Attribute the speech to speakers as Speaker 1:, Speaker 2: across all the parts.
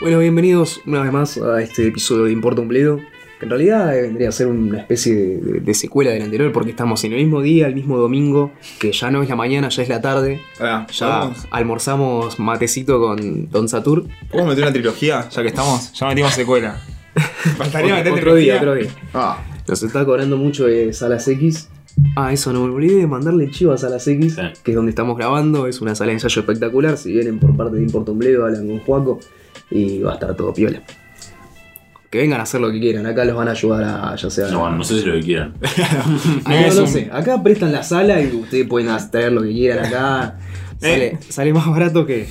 Speaker 1: Bueno, bienvenidos una vez más a este episodio de Importa un Bledo. Que en realidad eh, vendría a ser una especie de, de- de secuela del anterior porque estamos en el mismo día, el mismo domingo, que ya no es la mañana, ya es la tarde.
Speaker 2: Hola,
Speaker 1: Ya
Speaker 2: ¿podemos,
Speaker 1: almorzamos matecito con Don Satur.
Speaker 2: podemos meter una trilogía ya que estamos? Ya metimos secuela. Faltaría meter
Speaker 1: otro día,
Speaker 2: trilogía.
Speaker 1: otro día.
Speaker 2: Ah,
Speaker 1: Nos está cobrando mucho de Salas X. Ah, eso, no me olvidé de mandarle chivo a Salas X,
Speaker 3: Sí.
Speaker 1: que es donde estamos grabando. Es una sala de ensayo espectacular. Si vienen por parte de Importumbledo, hablan con Juaco y va a estar todo piola. Que vengan a hacer lo que quieran. Acá los van a ayudar a, ya sea.
Speaker 3: No, bueno, no sé si lo que quieran.
Speaker 1: Ah,
Speaker 2: no
Speaker 1: no,
Speaker 2: es
Speaker 1: no
Speaker 2: un-
Speaker 1: sé. Acá prestan la sala y ustedes pueden traer lo que quieran acá. Sale, sale más barato que.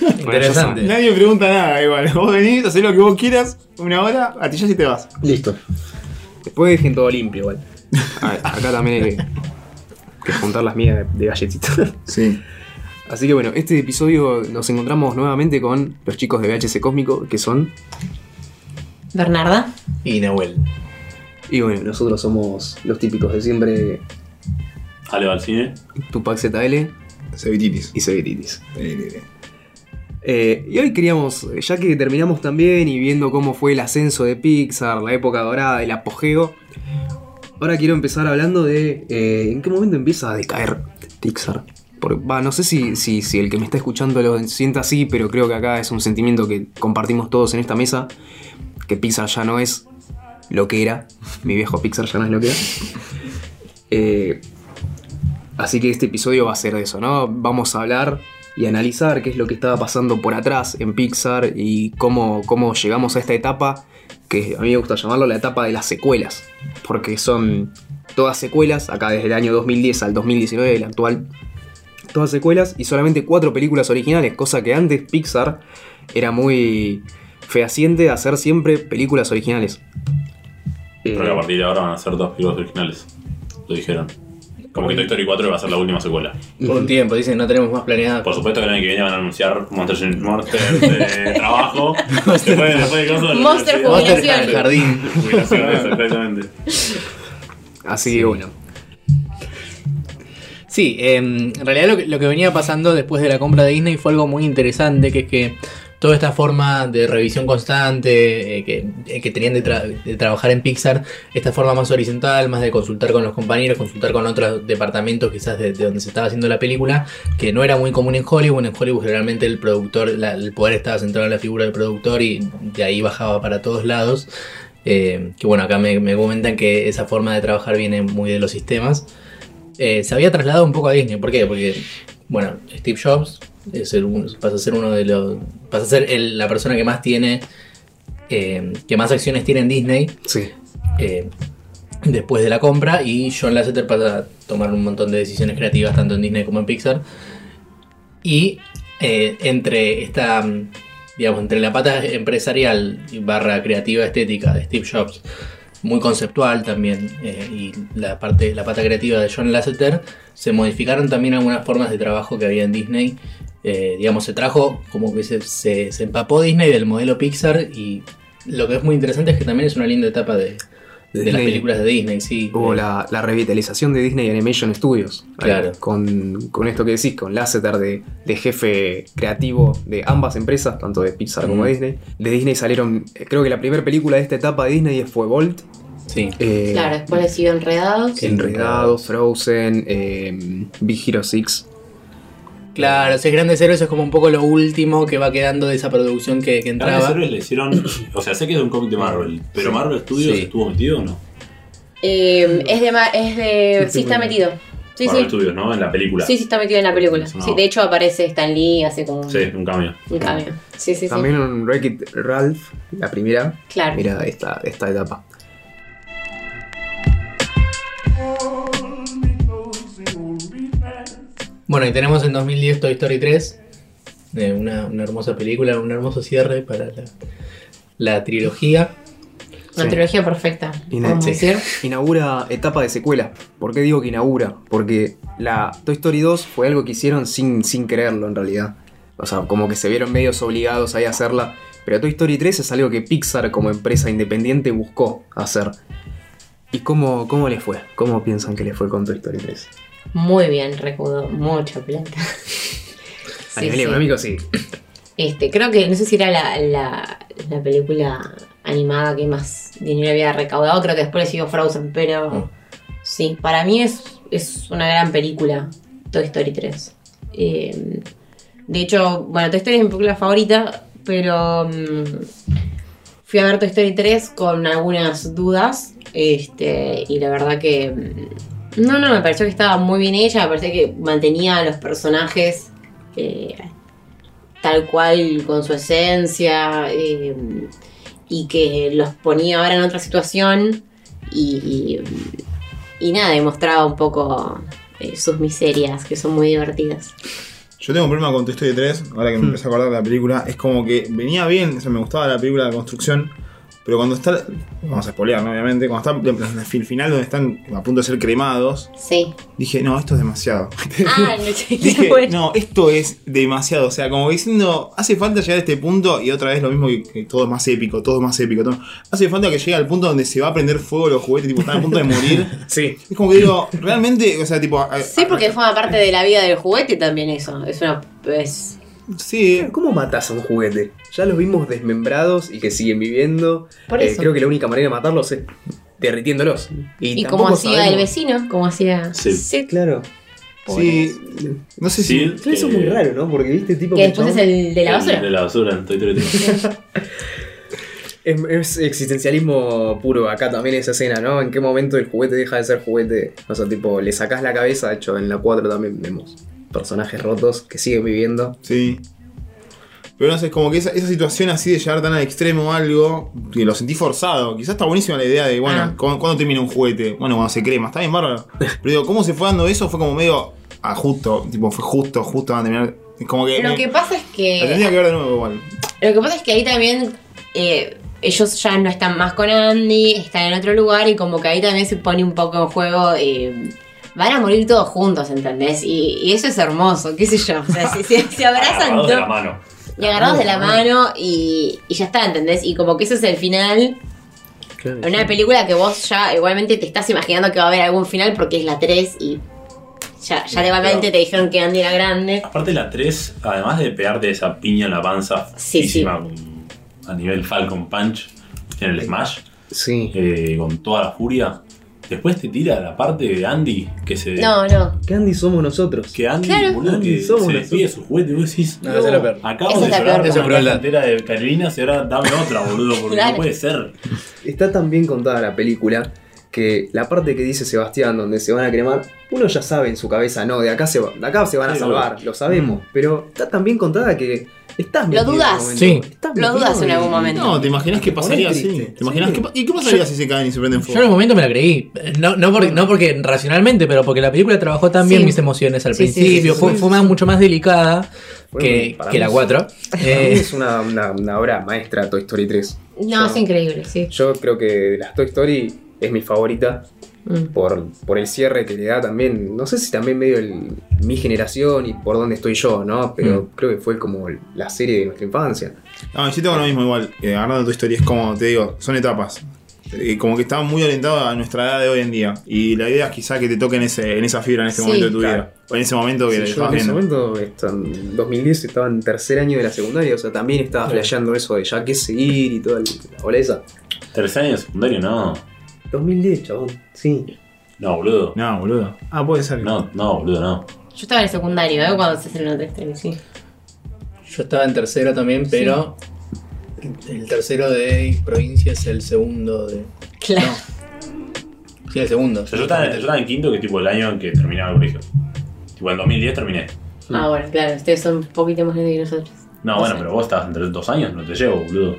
Speaker 1: Bueno, ya
Speaker 3: Interesante.
Speaker 1: saben.
Speaker 2: Nadie pregunta nada, igual. Vos venís, haces lo que vos quieras, una hora, a ti ya sí te vas.
Speaker 1: Listo. Después dejen todo limpio, igual. A ver, Ah, acá también hay que, que juntar las mías de- de galletitas.
Speaker 2: Sí.
Speaker 1: Así que bueno, este episodio nos encontramos nuevamente con los chicos de VHS Cósmico, que son.
Speaker 4: Bernarda.
Speaker 2: Y Nahuel.
Speaker 1: Y bueno, nosotros somos los típicos de siempre:
Speaker 3: Ale va al cine.
Speaker 1: Tupac ZL
Speaker 2: Sevititis.
Speaker 1: y Severitis. Eh, y hoy queríamos, ya que terminamos también y viendo cómo fue el ascenso de Pixar, la época dorada, el apogeo, ahora quiero empezar hablando de eh, en qué momento empieza a decaer Pixar. Por- va, no sé si, si, si el que me está escuchando lo sienta así, pero creo que acá es un sentimiento que compartimos todos en esta mesa, que Pixar ya no es lo que era, mi viejo Pixar ya no es lo que era. Eh, Así que este episodio va a ser de eso, ¿no? Vamos a hablar y analizar qué es lo que estaba pasando por atrás en Pixar y cómo, cómo llegamos a esta etapa, que a mí me gusta llamarlo la etapa de las secuelas, porque son todas secuelas, acá desde el año 2010 al 2019, el actual, todas secuelas y solamente cuatro películas originales, cosa que antes Pixar era muy fehaciente de hacer siempre películas originales.
Speaker 3: Creo que a
Speaker 1: Eh,
Speaker 3: partir de ahora van a ser dos películas originales. Lo dijeron. Como que Toy Story 4 va a ser la última secuela.
Speaker 5: Por un tiempo, dicen, no tenemos más planeada.
Speaker 3: Por supuesto que el año que viene van a anunciar Monster Jun- Monster de trabajo. después, después de cosas de la
Speaker 4: Monster
Speaker 3: universidad.
Speaker 5: Vamos a estar
Speaker 4: Jubilación.
Speaker 5: en el jardín.
Speaker 3: Jubilaciones, exactamente.
Speaker 1: así que bueno.
Speaker 5: Sí, eh, en realidad lo que, lo que venía pasando después de la compra de Disney fue algo muy interesante, que es que toda esta forma de revisión constante eh, que, eh, que tenían de, tra- de trabajar en Pixar, esta forma más horizontal, más de consultar con los compañeros, consultar con otros departamentos quizás de, de donde se estaba haciendo la película, que no era muy común en Hollywood. En Hollywood generalmente el productor, la- el poder estaba centrado en la figura del productor y de ahí bajaba para todos lados. Eh, que bueno, acá me, me comentan que esa forma de trabajar viene muy de los sistemas eh, se había trasladado un poco a Disney. ¿Por qué? Porque, bueno, Steve Jobs es el- un- pasa a ser uno de los. pasa a ser el- la persona que más tiene. eh, que más acciones tiene en Disney
Speaker 1: Sí.
Speaker 5: eh, después de la compra. Y John Lasseter pasa a tomar un montón de decisiones creativas, tanto en Disney como en Pixar. Y eh, entre esta. mm, digamos, entre la pata empresarial y barra creativa estética de Steve Jobs muy conceptual también eh, y la parte la pata creativa de John Lasseter se modificaron también algunas formas de trabajo que había en Disney Eh, digamos se trajo como que se, se- se empapó Disney del modelo Pixar y lo que es muy interesante es que también es una linda etapa de, de las
Speaker 1: Disney.
Speaker 5: películas de Disney sí
Speaker 1: Hubo
Speaker 5: Eh,
Speaker 1: la, la revitalización de Disney Animation Studios.
Speaker 5: Claro.
Speaker 1: Con, con esto que decís, con Lasseter de, de jefe creativo de ambas empresas, tanto de Pixar como
Speaker 5: Mm.
Speaker 1: de Disney. De Disney salieron, eh, creo que la primera película de esta etapa de Disney fue Bolt.
Speaker 5: sí
Speaker 1: eh,
Speaker 4: Claro, después le siguió Enredados.
Speaker 1: Enredado, Frozen, eh, Big Hero 6.
Speaker 5: claro ese grandes héroes es como un poco lo último que va quedando de esa producción que,
Speaker 3: Grandes
Speaker 5: que entraba
Speaker 3: Héroes le hicieron. O sea, sé que es de un cómic de Marvel, pero Marvel Studios
Speaker 5: Sí.
Speaker 3: estuvo metido o no?
Speaker 4: Eh, es de. ma- Es de sí, está metido. Sí,
Speaker 3: Marvel
Speaker 4: sí.
Speaker 3: Studios, ¿no? En la película.
Speaker 4: Sí, sí, está metido en la película.
Speaker 3: Es una-
Speaker 4: Sí, de hecho aparece Stan Lee, hace como un,
Speaker 3: Sí, un cambio.
Speaker 4: un cambio. Sí, sí, sí.
Speaker 1: También un Wreck It Ralph, la primera.
Speaker 4: Claro.
Speaker 1: Mira esta, esta etapa.
Speaker 5: Bueno, y tenemos en 2010 Toy Story 3, eh, una, una hermosa película, un hermoso cierre para la, la trilogía.
Speaker 4: Una
Speaker 1: Sí.
Speaker 4: trilogía perfecta.
Speaker 1: Y
Speaker 4: podemos
Speaker 1: sí.
Speaker 4: decir.
Speaker 1: Inaugura etapa de secuela. ¿Por qué digo que inaugura? Porque la Toy Story 2 fue algo que hicieron sin, sin creerlo en realidad. O sea, como que se vieron medios obligados ahí a hacerla. Pero Toy Story 3 es algo que Pixar como empresa independiente buscó hacer. ¿Y cómo, cómo le fue? ¿Cómo piensan que le fue con Toy Story 3?
Speaker 4: Muy bien, recudo. Mucha plata.
Speaker 1: A
Speaker 4: Sí,
Speaker 1: nivel
Speaker 4: sí.
Speaker 1: económico sí.
Speaker 4: Este, creo que, no sé si era la, la, la película animada que más dinero había recaudado, creo que después le siguió Frozen, pero
Speaker 5: Mm.
Speaker 4: sí, para mí es, es una gran película, Toy Story 3. Eh, de hecho, bueno, Toy Story es mi película favorita, pero mm, fui a ver Toy Story 3 con algunas dudas, este, y la verdad que... mm, No, no, me pareció que estaba muy bien hecha, me pareció que mantenía a los personajes eh, tal cual con su esencia eh, y que los ponía ahora en otra situación y, y, y nada, demostraba un poco eh, sus miserias que son muy divertidas.
Speaker 6: Yo tengo un problema con Toy Story 3, ahora que
Speaker 1: Hmm.
Speaker 6: me empecé a acordar de la película. Es como que venía bien, o sea, me gustaba la película de construcción. Pero cuando está. Vamos a spoilear, ¿no? obviamente. Cuando está en el final donde están a punto de ser cremados,
Speaker 4: Sí.
Speaker 6: dije, no, esto es demasiado.
Speaker 4: Ah, no sé,
Speaker 6: Dije,
Speaker 4: bueno.
Speaker 6: no, esto es demasiado. O sea, como diciendo, hace falta llegar a este punto y otra vez lo mismo que, que todo es más épico, todo es más épico. todo- Hace falta que llegue al punto donde se va a prender fuego los juguetes, tipo, están a punto de morir.
Speaker 1: Sí.
Speaker 6: Es como que digo, realmente, o sea, tipo. a- a-
Speaker 4: Sí, porque forma parte de la vida del juguete también eso. Es una... Es,
Speaker 6: Sí,
Speaker 1: ¿Cómo matas a un juguete? Ya los vimos desmembrados y que siguen viviendo.
Speaker 4: Por
Speaker 1: Eh,
Speaker 4: eso.
Speaker 1: creo que la única manera de matarlos es derritiéndolos. Y,
Speaker 4: y
Speaker 1: tampoco
Speaker 4: como hacía
Speaker 1: sabemos-
Speaker 4: el vecino, como hacía...
Speaker 3: Sí.
Speaker 1: Claro.
Speaker 6: sí. No sé si.
Speaker 3: Sí,
Speaker 1: Claro, Eso es muy
Speaker 3: eh,
Speaker 1: raro, ¿no? Porque viste, tipo.
Speaker 4: Que
Speaker 1: que
Speaker 4: después es
Speaker 1: chabón-
Speaker 4: el de la basura.
Speaker 3: De la basura, en Toy Story 3.
Speaker 1: es, es existencialismo puro acá también esa escena, ¿no? ¿En qué momento el juguete deja de ser juguete? O sea, tipo, le sacás la cabeza. De hecho, en la 4 también vemos personajes rotos que siguen viviendo.
Speaker 6: Sí. Pero no sé, es como que esa, esa situación así de llegar tan al extremo algo, que lo sentí forzado. Quizás está buenísima la idea de, bueno,
Speaker 4: Ah.
Speaker 6: ¿cu- ¿cuándo termina un juguete? Bueno, cuando se crema, está bien bárbaro. Pero digo, ¿cómo se fue dando eso? Fue como medio a justo, tipo, fue justo, justo van a terminar. Es como que.
Speaker 4: Lo
Speaker 6: me-
Speaker 4: que pasa es
Speaker 6: la
Speaker 4: que...
Speaker 6: tendría que ver de nuevo igual.
Speaker 4: Lo que pasa es que ahí también eh, ellos ya no están más con Andy, están en otro lugar y como que ahí también se pone un poco en juego. eh, van a morir todos juntos, ¿entendés? Y, y eso es hermoso, qué sé yo. O sea, se, se- se abrazan
Speaker 3: Agarrados de la
Speaker 4: todos
Speaker 3: mano.
Speaker 4: y agarrados de la mano y, y ya está, ¿entendés? Y como que eso es el final. En una película que vos ya igualmente te estás imaginando que va a haber algún final porque es la 3 y ya, ya igualmente te dijeron que Andy era grande.
Speaker 3: Aparte la 3, además de pegarte esa piña en la panza
Speaker 4: Sí,
Speaker 3: fuertísima con- a nivel Falcon Punch en el Smash,
Speaker 1: Sí.
Speaker 3: eh, con toda la furia, después te tira la parte de Andy que se...
Speaker 4: No, no.
Speaker 1: ¿Qué Andy somos nosotros?
Speaker 3: Que Andy,
Speaker 4: Claro.
Speaker 3: boludo,
Speaker 1: Andy,
Speaker 3: que
Speaker 1: somos
Speaker 3: se
Speaker 1: nosotros.
Speaker 3: despide su juguete y vos decís...
Speaker 5: No, esa es la peor.
Speaker 3: Acabo
Speaker 4: Esa
Speaker 3: de
Speaker 4: es la
Speaker 3: llorar
Speaker 4: peor.
Speaker 3: con
Speaker 5: Esa es
Speaker 3: la
Speaker 5: crueldad.
Speaker 3: caja entera de Carolina y ahora dame otra, boludo, porque
Speaker 4: Claro.
Speaker 3: no puede ser.
Speaker 1: Está tan bien contada la película que la parte que dice Sebastián donde se van a cremar, uno ya sabe en su cabeza, no, de acá se, va- de acá se van a
Speaker 3: Sí,
Speaker 1: salvar, lo sabemos, pero está tan bien contada que estás
Speaker 4: Lo
Speaker 1: metido en el
Speaker 4: dudás.
Speaker 1: momento.
Speaker 5: Sí.
Speaker 1: Estás
Speaker 4: Lo
Speaker 1: metido
Speaker 4: dudas en algún
Speaker 1: y-
Speaker 4: momento.
Speaker 6: No, ¿te imaginas qué
Speaker 1: Te
Speaker 6: pasaría
Speaker 1: pones
Speaker 6: así?
Speaker 1: triste,
Speaker 6: ¿Te imaginas
Speaker 1: sí.
Speaker 6: qué pa- ¿Y qué pasaría si se caen y se prenden
Speaker 5: Yo en el
Speaker 6: fuego?
Speaker 5: momento me la creí. No, no, por- no porque racionalmente, pero porque la película trabajó tan bien
Speaker 4: Sí.
Speaker 5: mis emociones al
Speaker 4: Sí, sí,
Speaker 5: principio.
Speaker 4: sí,
Speaker 5: fue fue más- mucho más delicada
Speaker 1: Fue
Speaker 5: que,
Speaker 1: para
Speaker 5: que
Speaker 1: mí
Speaker 5: la
Speaker 1: es-
Speaker 5: 4.
Speaker 1: Para mí
Speaker 5: Eh,
Speaker 1: es una, una- una obra maestra Toy Story 3.
Speaker 4: No, es increíble, sí.
Speaker 1: Yo creo que de las Toy Story es mi favorita
Speaker 4: Mm.
Speaker 1: por, por el cierre que le da también, no sé si también medio el- mi generación y por dónde estoy yo, ¿no? Pero creo que fue como la serie de nuestra infancia.
Speaker 6: Ah, yo tengo lo mismo igual. Eh, agarrando tu historia, es como, te digo, son etapas. Eh, como que está muy orientado a nuestra edad de hoy en día. Y la idea es quizá que te toque en, ese, en esa fibra en este
Speaker 4: Sí,
Speaker 6: momento de tu
Speaker 1: claro.
Speaker 6: vida. O en ese momento que
Speaker 1: Sí,
Speaker 6: le
Speaker 1: yo
Speaker 6: estás
Speaker 1: en ese
Speaker 6: viendo.
Speaker 1: momento, esto, en 2010 estaba en tercer año de la secundaria, o sea, también estaba flasheando eso de ya que seguir y toda la bola esa.
Speaker 3: Tercer año de secundario, no.
Speaker 1: 2010, chabón, sí.
Speaker 3: No, boludo.
Speaker 6: No, boludo. Ah, puede ser.
Speaker 3: No, no, boludo, no.
Speaker 4: Yo estaba en el secundario, ¿eh? Cuando se estrenó Toy Story, sí.
Speaker 5: Yo estaba en tercero también, pero el tercero de provincia es el segundo de.
Speaker 4: Claro.
Speaker 5: No. Sí, el segundo.
Speaker 3: O sea, yo estaba, yo estaba en quinto, que tipo el año en que terminaba el colegio. Tipo, en 2010 terminé.
Speaker 4: Ah, bueno, claro, ustedes son un poquito más grandes que nosotros.
Speaker 3: No, bueno, pero vos estabas entre dos años, no te llevo, boludo.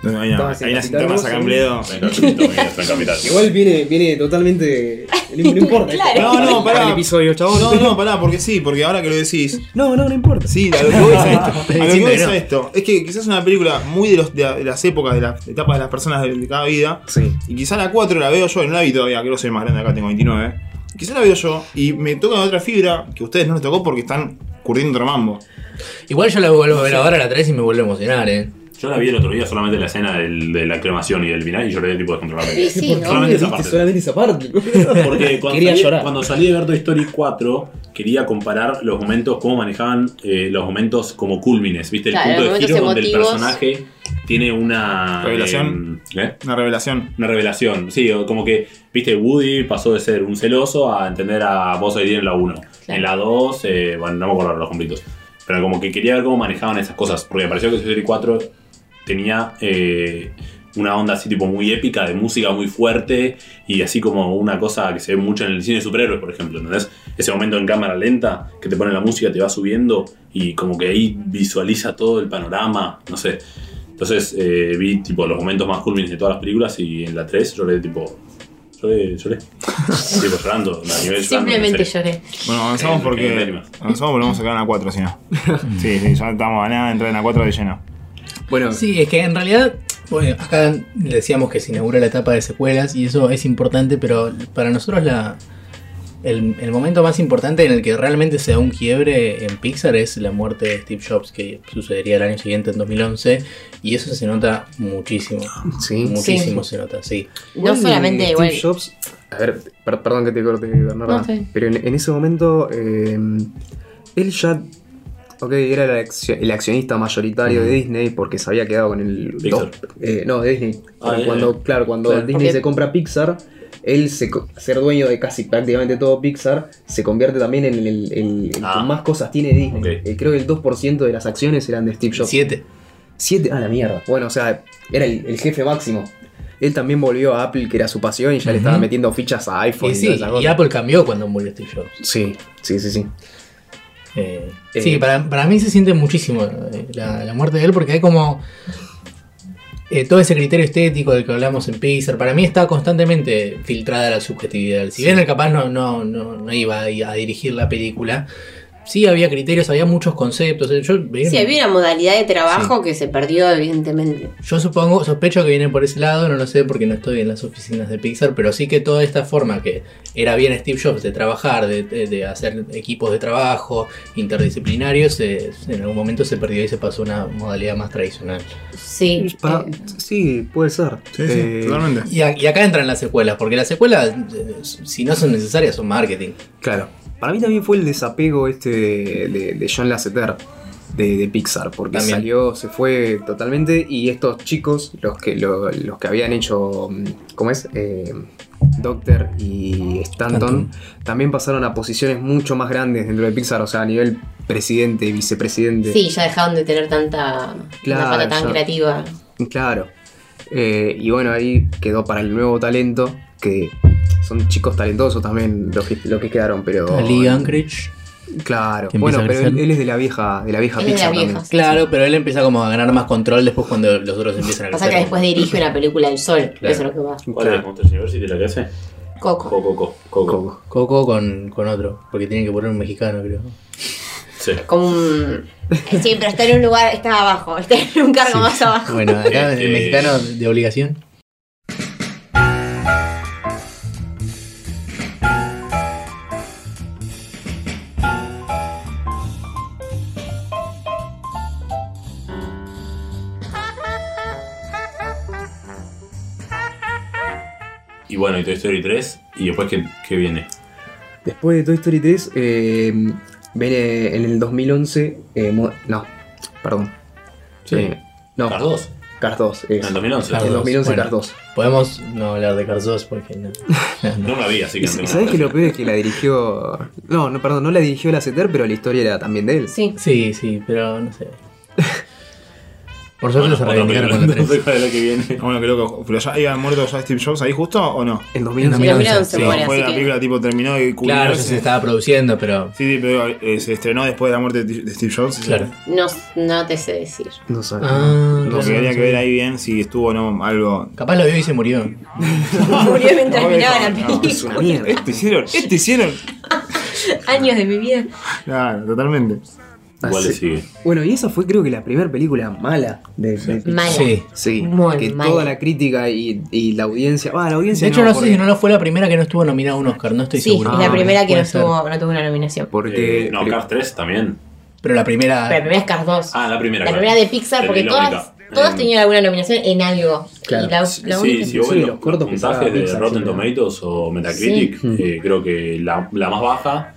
Speaker 6: No, hay, una,
Speaker 1: Estabas en
Speaker 6: hay unas
Speaker 1: Capital
Speaker 6: internas
Speaker 1: vos,
Speaker 6: acá
Speaker 1: ¿eh?
Speaker 6: en Bledo.
Speaker 3: Me encanta el pito, me encanta el capital.
Speaker 1: Igual viene, viene totalmente. No importa.
Speaker 4: Claro.
Speaker 6: No, no, pará.
Speaker 1: El episodio, chabón.
Speaker 6: No, no, pará, porque sí, porque ahora que lo decís.
Speaker 1: No, no, no importa.
Speaker 6: Sí, a lo que voy es a esto. A lo que voy es
Speaker 5: Sí,
Speaker 6: a esto. Es que quizás es una película muy de, los, de la- de las épocas, de las etapas de las personas de, de cada vida.
Speaker 1: Sí.
Speaker 6: Y quizá la 4 la veo yo, no la vi todavía, creo que soy más grande acá, tengo 29. Quizá la veo yo y me toca otra fibra que a ustedes no les tocó porque están curtiendo otro mambo.
Speaker 5: Igual yo la vuelvo a ver ahora a la 3 y me vuelvo a emocionar, eh.
Speaker 3: Yo la vi el otro día solamente la escena del- de la cremación y del vinal y lloré tipo descontrolable.
Speaker 4: Sí, sí, ¿no?
Speaker 3: solamente esa
Speaker 1: Viste
Speaker 3: parte.
Speaker 1: Solamente esa parte.
Speaker 3: Porque cuando
Speaker 1: Quería
Speaker 3: salí,
Speaker 1: llorar.
Speaker 3: cuando salí de ver Toy Story 4, quería comparar los momentos, cómo manejaban eh, los momentos como cúlmines, ¿viste? El
Speaker 4: Claro,
Speaker 3: punto
Speaker 4: los
Speaker 3: de giro
Speaker 4: momentos
Speaker 3: donde el
Speaker 4: emotivos.
Speaker 3: personaje tiene una.
Speaker 6: Revelación.
Speaker 3: eh, ¿eh?
Speaker 6: Una revelación.
Speaker 3: Una revelación, sí, o como que, viste, Woody pasó de ser un celoso a entender a Buzz Lightyear en la 1. En la 2, eh, bueno, no me acuerdo los completos. Pero como que quería ver cómo manejaban esas cosas, porque me pareció que Toy Story 4 tenía eh, una onda así tipo muy épica, de música muy fuerte, y así como una cosa que se ve mucho en el cine de superhéroes, por ejemplo, ¿entendés? Ese momento en cámara lenta, que te pone la música, te va subiendo, y como que ahí visualiza todo el panorama, no sé. Entonces eh, vi tipo los momentos más culmines de todas las películas y en la 3 lloré tipo. Lloré, lloré. tipo llorando, a nivel llorando, en
Speaker 4: Simplemente
Speaker 3: serio.
Speaker 4: lloré.
Speaker 6: Bueno, avanzamos
Speaker 3: Eh, eh,
Speaker 6: porque.
Speaker 3: lágrimas.
Speaker 6: Avanzamos porque vamos a quedar en la 4, si no. Sí, sí, ya estamos a nada de entrar en la 4 de lleno.
Speaker 1: Bueno,
Speaker 5: Sí, es que en realidad, bueno, acá le decíamos que se inaugura la etapa de secuelas y eso es importante, pero para nosotros la, el, el momento más importante en el que realmente se da un quiebre en Pixar es la muerte de Steve Jobs, que sucedería el año siguiente, en 2011, y eso se nota muchísimo.
Speaker 1: sí.
Speaker 5: Muchísimo se nota, sí.
Speaker 4: No
Speaker 1: Igual eh,
Speaker 4: solamente
Speaker 1: Steve
Speaker 4: igual.
Speaker 1: Jobs. A ver, per- perdón que te corte, Bernardo. ¿eh?
Speaker 4: No, está bien.
Speaker 1: pero en, en ese momento, eh, él ya. Ok, era el, accio- el accionista mayoritario de Disney porque se había quedado con el.
Speaker 3: Pixar.
Speaker 1: dos- eh, no, de Disney.
Speaker 3: Ah,
Speaker 1: Pero
Speaker 3: eh,
Speaker 1: cuando, Claro, cuando
Speaker 3: claro.
Speaker 1: Disney
Speaker 4: Ok.
Speaker 1: se compra Pixar, él se, co- ser dueño de casi prácticamente todo Pixar se convierte también en el, el- el
Speaker 3: Ah.
Speaker 1: que más cosas tiene Disney.
Speaker 3: Ok.
Speaker 1: Eh, creo que el 2% de las acciones eran de Steve Jobs.
Speaker 5: Siete.
Speaker 1: Siete, ah, la mierda. Bueno, o sea, era el, el jefe máximo. Él también volvió a Apple, que era su pasión, y ya le
Speaker 5: Ujú.
Speaker 1: estaba metiendo fichas a iPhone
Speaker 5: Y
Speaker 1: y,
Speaker 5: sí,
Speaker 1: todas esas
Speaker 5: y
Speaker 1: cosas.
Speaker 5: Apple cambió cuando murió Steve Jobs.
Speaker 1: Sí, sí, sí, sí.
Speaker 5: Eh,
Speaker 1: Eh,
Speaker 5: sí, para, para mí se siente muchísimo eh, la, la muerte de él porque hay como eh, todo ese criterio estético del que hablamos en Pixar. Para mí está constantemente filtrada la subjetividad. Si bien el capaz no, no, no, no iba a, a dirigir la película, sí había criterios, había muchos conceptos. Eh, Yo,
Speaker 4: Sí, había una modalidad de trabajo que se perdió, evidentemente.
Speaker 5: yo supongo, sospecho que viene por ese lado, no lo sé porque no estoy en las oficinas de Pixar, pero sí que toda esta forma que era bien Steve Jobs de trabajar, de, de- de hacer equipos de trabajo interdisciplinarios, eh, en algún momento se perdió y se pasó a una modalidad más tradicional.
Speaker 4: Sí.
Speaker 1: Pa-
Speaker 4: eh,
Speaker 1: sí, puede ser.
Speaker 6: Sí, sí,
Speaker 1: Eh,
Speaker 6: totalmente.
Speaker 5: Y, a- y acá entran las secuelas, porque las secuelas, eh, si no son necesarias, son marketing.
Speaker 1: Claro. Para mí también fue el desapego este de, de- de John Lasseter de, de Pixar, porque
Speaker 5: También.
Speaker 1: salió, se fue totalmente y estos chicos, los que lo- los que habían hecho, mm, ¿cómo es? Eh, Doctor y Stanton,
Speaker 5: Stanton.
Speaker 1: también pasaron a posiciones mucho más grandes dentro de Pixar, o sea, a nivel presidente, vicepresidente.
Speaker 4: Sí, ya dejaron de tener tanta.
Speaker 1: Claro,
Speaker 4: una pata tan
Speaker 1: ya.
Speaker 4: creativa.
Speaker 1: Claro. Eh, y bueno, ahí quedó para el nuevo talento, que son chicos talentosos también los que, los que quedaron, pero...
Speaker 5: Lee Anchorage.
Speaker 1: Claro,
Speaker 5: Que
Speaker 1: bueno,
Speaker 5: empieza a
Speaker 1: pero él,
Speaker 5: crecer.
Speaker 1: él es de la vieja, de la vieja
Speaker 4: Él es de
Speaker 1: Pixar
Speaker 4: la vieja.
Speaker 1: también.
Speaker 5: Claro, pero él empieza como a ganar más control después cuando los otros empiezan a
Speaker 4: Pasa
Speaker 5: crecer.
Speaker 4: que después dirige una película del sol.
Speaker 5: Claro.
Speaker 4: Eso es lo que va.
Speaker 3: ¿Cuál es el Monster University la que hace?
Speaker 4: Coco.
Speaker 3: Coco, Coco, Coco.
Speaker 1: Coco.
Speaker 5: Coco con, con otro, porque tiene que poner un mexicano, creo.
Speaker 3: Sí.
Speaker 4: Como un. eh, Sí, pero está en un lugar. Está abajo. Está en un cargo más abajo.
Speaker 5: Bueno, acá el
Speaker 3: Eh,
Speaker 5: mexicano de obligación.
Speaker 3: Y bueno, y Toy Story 3, y después, ¿qué, qué viene?
Speaker 1: Después de Toy Story 3, eh, viene en el 2011... eh, mo- no, perdón.
Speaker 3: Sí.
Speaker 1: Eh, no,
Speaker 3: Cars 2,
Speaker 1: Cars 2.
Speaker 3: en
Speaker 1: es.
Speaker 3: el 2011.
Speaker 5: Cars
Speaker 1: En el 2011
Speaker 5: Bueno.
Speaker 1: Cars 2.
Speaker 5: Podemos no hablar de Cars 2 porque no.
Speaker 3: No la vi, así que
Speaker 1: ¿Y
Speaker 3: no tengo
Speaker 1: sabes
Speaker 3: nada
Speaker 1: que lo
Speaker 3: decir.
Speaker 1: peor es que la dirigió... No, no, perdón, no la dirigió Lasseter, pero la historia era también de él.
Speaker 4: Sí.
Speaker 5: Sí, sí, pero no sé. Por suerte
Speaker 3: Bueno,
Speaker 5: se
Speaker 3: otra
Speaker 5: reivindicaron con la
Speaker 3: película, no
Speaker 5: 3.
Speaker 3: sé cuál es la que viene.
Speaker 6: Ah, Bueno, qué loco. Pero ya iba muerto ya Steve Jobs ahí justo o no?
Speaker 1: En
Speaker 5: En
Speaker 1: 2011.
Speaker 5: 2011,
Speaker 4: 2011
Speaker 5: sí.
Speaker 4: muere,
Speaker 6: fue
Speaker 4: así
Speaker 6: la
Speaker 4: que-
Speaker 6: película tipo terminó y
Speaker 5: Claro, ya
Speaker 6: culminó,
Speaker 5: se
Speaker 6: sí.
Speaker 5: estaba produciendo, pero.
Speaker 6: Sí, sí, pero eh, se estrenó después de la muerte de de Steve Jobs.
Speaker 5: Claro.
Speaker 4: No, no te sé decir.
Speaker 1: No sé.
Speaker 5: Ah,
Speaker 6: Lo que habría que ver ahí bien si estuvo o no algo.
Speaker 5: Capaz lo vio y se murió.
Speaker 4: Murió mientras
Speaker 6: No,
Speaker 4: miraba la
Speaker 6: no, no,
Speaker 1: Es una
Speaker 4: película.
Speaker 1: mierda.
Speaker 6: Esto hicieron, esto hicieron.
Speaker 4: Años de mi vida.
Speaker 6: Claro, totalmente.
Speaker 3: Igual
Speaker 1: Así-
Speaker 3: le sigue.
Speaker 1: Bueno, y esa fue creo que la primera película mala de, de Pixar.
Speaker 4: Mala.
Speaker 5: Sí.
Speaker 1: Sí,
Speaker 4: Muy
Speaker 1: que
Speaker 4: mala.
Speaker 1: toda la crítica y, y la audiencia. Ah, la audiencia.
Speaker 5: De hecho, no sé
Speaker 1: porque,
Speaker 5: si no lo fue la primera que no estuvo nominada a un Oscar, no estoy
Speaker 4: Sí,
Speaker 5: seguro.
Speaker 4: es la
Speaker 1: Ah,
Speaker 4: primera que no,
Speaker 5: Puede ser.
Speaker 4: estuvo, no tuvo una nominación.
Speaker 1: Porque.
Speaker 3: Eh, no,
Speaker 1: pero-
Speaker 3: Cars 3 también.
Speaker 5: Pero la
Speaker 4: Pero la
Speaker 5: primera.
Speaker 4: primera es Cars 2.
Speaker 3: Ah, la primera.
Speaker 4: la
Speaker 3: claro.
Speaker 4: primera de Pixar,
Speaker 3: La
Speaker 4: porque
Speaker 3: única.
Speaker 4: todas, todas
Speaker 3: Eh,
Speaker 4: tenían alguna nominación en algo.
Speaker 1: Claro.
Speaker 4: Y la,
Speaker 3: Sí,
Speaker 4: la
Speaker 3: sí,
Speaker 4: única-
Speaker 3: si vos
Speaker 1: Sí,
Speaker 3: ves
Speaker 1: los
Speaker 3: los
Speaker 1: cortos que
Speaker 3: puntajes
Speaker 1: sacaba
Speaker 3: de
Speaker 1: Pixar
Speaker 3: Rotten
Speaker 1: siempre.
Speaker 3: Tomatoes o Metacritic, eh, creo que la, la más baja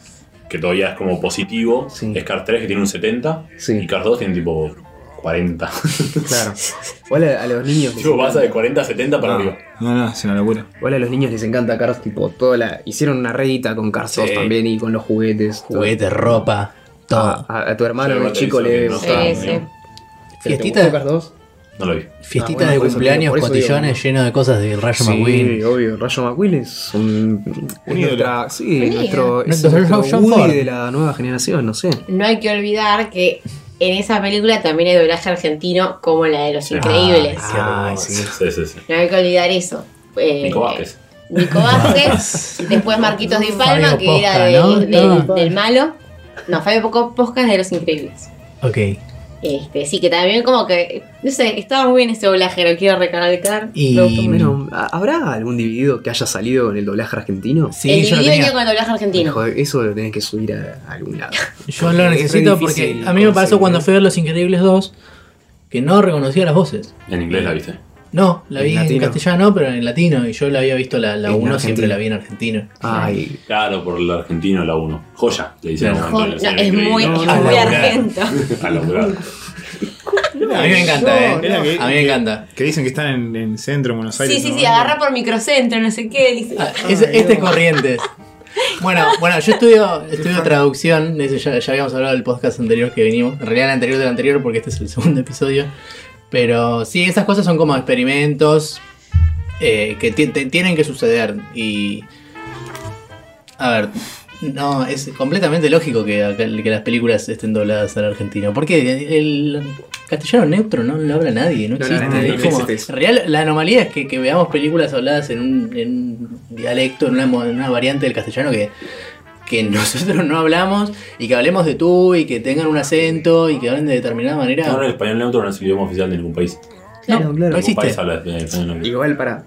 Speaker 3: que todavía es como positivo,
Speaker 1: Sí.
Speaker 3: es Cars 3 que tiene un 70
Speaker 1: Sí.
Speaker 3: y Cars 2 tiene tipo 40.
Speaker 1: Claro. Igual a, a los niños. les
Speaker 3: Tipo, pasa de
Speaker 1: encanta.
Speaker 3: 40 a 70
Speaker 1: Ah.
Speaker 3: para arriba.
Speaker 6: No, no, es una locura.
Speaker 1: Igual a los niños les encanta Cars, tipo, toda la. Hicieron una redita con Cars 2
Speaker 5: Sí.
Speaker 1: también y con los juguetes. todo.
Speaker 5: Juguetes, ropa, todo.
Speaker 1: A, a tu hermano,
Speaker 3: Sí,
Speaker 1: el
Speaker 3: igual te
Speaker 1: chico,
Speaker 3: hizo
Speaker 1: le
Speaker 3: bien, ¿no?
Speaker 1: gustaba.
Speaker 4: Sí,
Speaker 1: ¿no?
Speaker 4: sí.
Speaker 1: ¿Pero te
Speaker 5: Fiestita-
Speaker 1: gustó Cars 2?
Speaker 3: No lo vi.
Speaker 5: Fiestitas
Speaker 1: Ah, bueno,
Speaker 5: de
Speaker 1: por eso digo,
Speaker 5: cumpleaños,
Speaker 1: por eso
Speaker 5: cotillones llenos de cosas del Rayo
Speaker 1: sí,
Speaker 5: McQueen.
Speaker 1: obvio. Rayo McQueen es un. es
Speaker 6: ídolo.
Speaker 1: nuestra- sí,
Speaker 4: ídolo.
Speaker 1: nuestro. Es
Speaker 5: Nuestro
Speaker 1: nuestro
Speaker 5: John
Speaker 1: Woody
Speaker 5: Ford.
Speaker 1: de la nueva generación, no sé.
Speaker 4: No hay que olvidar que en esa película también hay doblaje argentino como la de Los
Speaker 1: Ah,
Speaker 3: Sí.
Speaker 4: Increíbles.
Speaker 5: Ay, Ay,
Speaker 3: Sí,
Speaker 5: sí.
Speaker 3: sí, sí. sí.
Speaker 4: No hay que olvidar eso. Eh,
Speaker 3: Nico Vázquez.
Speaker 4: Nico Vázquez, después Marquitos Di Palma,
Speaker 5: Fabio
Speaker 4: que
Speaker 5: Posca,
Speaker 4: era de-
Speaker 5: ¿no?
Speaker 4: de-
Speaker 5: Estaba.
Speaker 4: del malo. No, Fabio Poco Posca es de Los Increíbles.
Speaker 5: Ok.
Speaker 4: Este, sí, que también como que, no sé, estaba muy bien ese doblaje, lo quiero recalcar.
Speaker 5: Y-
Speaker 4: Me gustó mucho.
Speaker 1: Bueno, ¿ha- ¿habrá algún dividido que haya salido con el doblaje argentino?
Speaker 5: Sí,
Speaker 4: el
Speaker 5: yo lo tenía.
Speaker 4: video venía con el doblaje argentino.
Speaker 1: Joder, eso lo tenés que subir a, a algún lado.
Speaker 5: Yo lo
Speaker 1: Es re
Speaker 5: necesito
Speaker 1: difícil
Speaker 5: porque a mí me pasó
Speaker 1: conseguir.
Speaker 5: cuando fui a ver Los Increíbles 2 que no reconocía las voces.
Speaker 3: En inglés la viste.
Speaker 5: No, la
Speaker 1: ¿En
Speaker 5: vi en,
Speaker 1: latino?
Speaker 5: castellano, pero en latino. Y yo la había visto la, la
Speaker 1: En
Speaker 5: 1, siempre
Speaker 1: argentino.
Speaker 5: la vi en argentino.
Speaker 1: Ay,
Speaker 3: Claro, por el argentino la 1. Joya, le dicen en un
Speaker 5: Claro.
Speaker 3: momento.
Speaker 4: Jo-
Speaker 3: en
Speaker 4: no,
Speaker 3: el cine,
Speaker 4: es muy,
Speaker 3: increíble.
Speaker 4: es
Speaker 5: No,
Speaker 4: muy
Speaker 5: no,
Speaker 4: argento.
Speaker 3: A laburar.
Speaker 5: A mí me encanta,
Speaker 6: no, no.
Speaker 5: eh. A mí me encanta.
Speaker 6: Que dicen que están en, en centro, en Buenos Aires.
Speaker 4: Sí, sí,
Speaker 6: ¿no?
Speaker 4: sí, agarra por microcentro, no sé qué. dice.
Speaker 5: Ah, es- este es Corrientes. Bueno, bueno, yo estudio, estudio traducción, de eso ya, ya habíamos hablado del podcast anterior que vinimos, en realidad el anterior del anterior porque este es el segundo episodio, pero sí, esas cosas son como experimentos eh, que ti- te- tienen que suceder y... A ver, no, es completamente lógico que, acá- que las películas estén dobladas al argentino, porque el castellano neutro no lo habla nadie, no
Speaker 1: No lo habla
Speaker 5: existe.
Speaker 1: nadie,
Speaker 5: Es como-
Speaker 1: no existe.
Speaker 5: en realidad la anomalía es que, que veamos películas habladas en un, en un dialecto, en una, mo- en una variante del castellano que, que nosotros no hablamos y que hablemos de tú y que tengan un acento y que hablen de determinada manera.
Speaker 3: Ahora el español neutro no es el idioma oficial de ningún país.
Speaker 1: claro, claro.
Speaker 5: No
Speaker 3: Ningún
Speaker 5: existe.
Speaker 3: país habla de español neutro.
Speaker 1: Igual, para.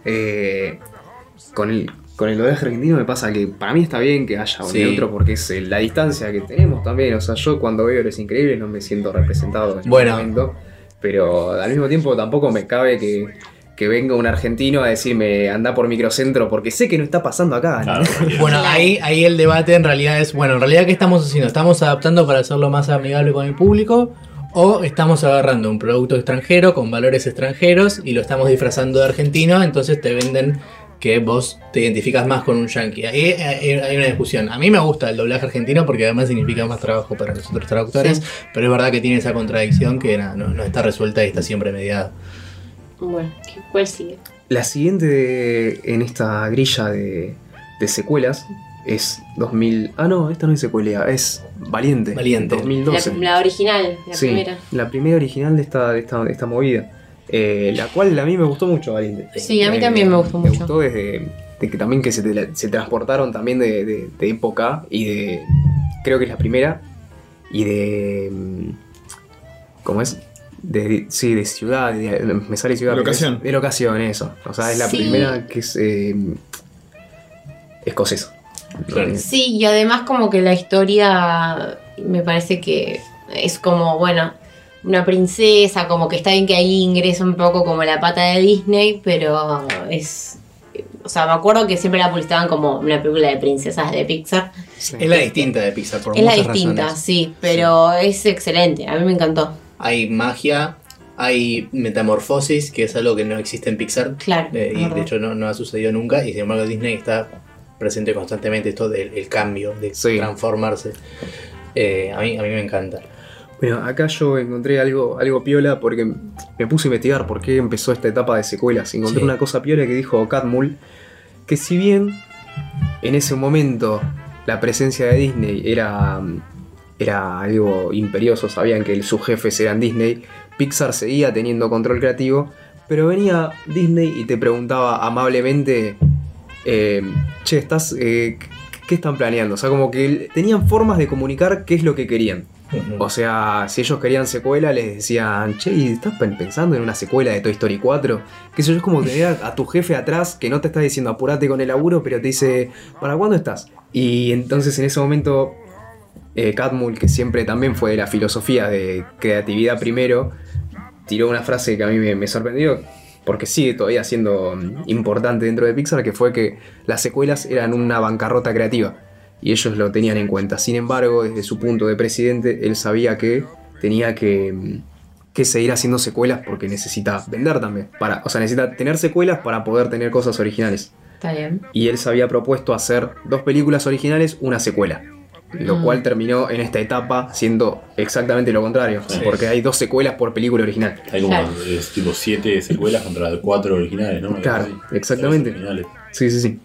Speaker 1: con el. Con el doblaje argentino me pasa que para mí está bien que haya un
Speaker 5: Sí.
Speaker 1: neutro porque es eh, la distancia que tenemos también. O sea, yo cuando veo Los Increíbles no me siento representado en
Speaker 5: Bueno.
Speaker 1: ningún momento. Pero al mismo tiempo tampoco me cabe que, que venga un argentino a decirme anda por microcentro porque sé que no está pasando acá. ¿no?
Speaker 3: Claro, cualquiera.
Speaker 5: Bueno, ahí, ahí el debate en realidad es, bueno, en realidad ¿qué estamos haciendo? ¿Estamos adaptando para hacerlo más amigable con el público? ¿O estamos agarrando un producto extranjero con valores extranjeros y lo estamos disfrazando de argentino? Entonces te venden que vos te identificas más con un yankee. Ahí eh, eh, hay una discusión. A mí me gusta el doblaje argentino porque además significa más trabajo para nosotros traductores, pero es verdad que tiene esa contradicción que nada, no, no está resuelta y está siempre mediada.
Speaker 4: Bueno, ¿qué- ¿cuál sigue?
Speaker 1: La siguiente de- en esta grilla de, de secuelas es 2000. Ah, no, esta no es secuela, es Valiente.
Speaker 5: Valiente.
Speaker 4: La,
Speaker 1: 2012.
Speaker 4: la original, la
Speaker 1: Sí,
Speaker 4: primera.
Speaker 1: la primera original de esta, de esta, de esta movida. Eh, la cual a mí me gustó mucho, Valiente.
Speaker 4: Sí, a mí
Speaker 1: Eh,
Speaker 4: también me gustó
Speaker 1: Me
Speaker 4: mucho.
Speaker 1: gustó desde de que también que se, te- se transportaron también de, de- de época y de. Creo que es la primera. Y de. mm, ¿Cómo es? De, sí, de ciudad, de- me sale ciudad.
Speaker 6: De
Speaker 1: pero es-
Speaker 6: locación.
Speaker 1: De locación, eso. O sea, es la
Speaker 4: Sí.
Speaker 1: primera que es eh, escocesa.
Speaker 3: Claro.
Speaker 1: Eh,
Speaker 4: Sí, y además como que la historia me parece que es como, bueno, una princesa, como que está bien que ahí ingresa un poco como la pata de Disney, pero es... O sea, me acuerdo que siempre la publicitaban como una película de princesas de Pixar.
Speaker 1: sí.
Speaker 5: Es la distinta de Pixar, por
Speaker 4: es la
Speaker 5: muchas
Speaker 4: distinta,
Speaker 5: razones.
Speaker 4: sí, pero es excelente, a mí me encantó,
Speaker 5: Hay magia, hay metamorfosis, que es algo que no existe en Pixar.
Speaker 4: claro.
Speaker 5: Eh,
Speaker 4: es
Speaker 5: y
Speaker 4: verdad.
Speaker 5: de hecho no, no ha sucedido nunca. Y sin embargo Disney está presente constantemente esto del el cambio, de
Speaker 1: Sí.
Speaker 5: transformarse. Eh, a, mí, a mí me encanta.
Speaker 1: Bueno, acá yo encontré algo, algo piola porque me puse a investigar por qué empezó esta etapa de secuelas. Encontré
Speaker 5: Sí.
Speaker 1: una cosa piola que dijo Catmull, que si bien en ese momento la presencia de Disney era, mm, era algo imperioso, sabían que sus jefes eran Disney, Pixar seguía teniendo control creativo, pero venía Disney y te preguntaba amablemente, eh, che, estás... eh, ¿Qué están planeando? O sea, como que tenían formas de comunicar qué es lo que querían. O sea, si ellos querían secuela, les decían, che, ¿y ¿estás pen- pensando en una secuela de Toy Story 4? Que eso es como tener a, a tu jefe atrás que no te está diciendo apurate con el laburo, pero te dice, ¿para cuándo estás? Y entonces en ese momento, eh, Catmull, que siempre también fue de la filosofía de creatividad primero, tiró una frase que a mí me, me sorprendió, porque sigue todavía siendo mm, importante dentro de Pixar, que fue que las secuelas eran una bancarrota creativa. y ellos lo tenían en cuenta. Sin embargo, desde su punto de presidente, él sabía que tenía que, mm, que seguir haciendo secuelas porque necesita vender también. Para, o sea, necesita tener secuelas para poder tener cosas originales.
Speaker 4: Está bien.
Speaker 1: Y él se había propuesto hacer dos películas originales, una secuela. Lo
Speaker 4: Mm.
Speaker 1: cual terminó en esta etapa siendo exactamente lo contrario,
Speaker 3: Sí.
Speaker 1: porque hay dos secuelas por película original.
Speaker 3: Hay como
Speaker 4: Claro.
Speaker 3: es tipo siete secuelas contra las cuatro originales, ¿no?
Speaker 1: Claro,
Speaker 3: Algo así.
Speaker 1: exactamente.
Speaker 3: Tres originales.
Speaker 1: Sí, sí, sí.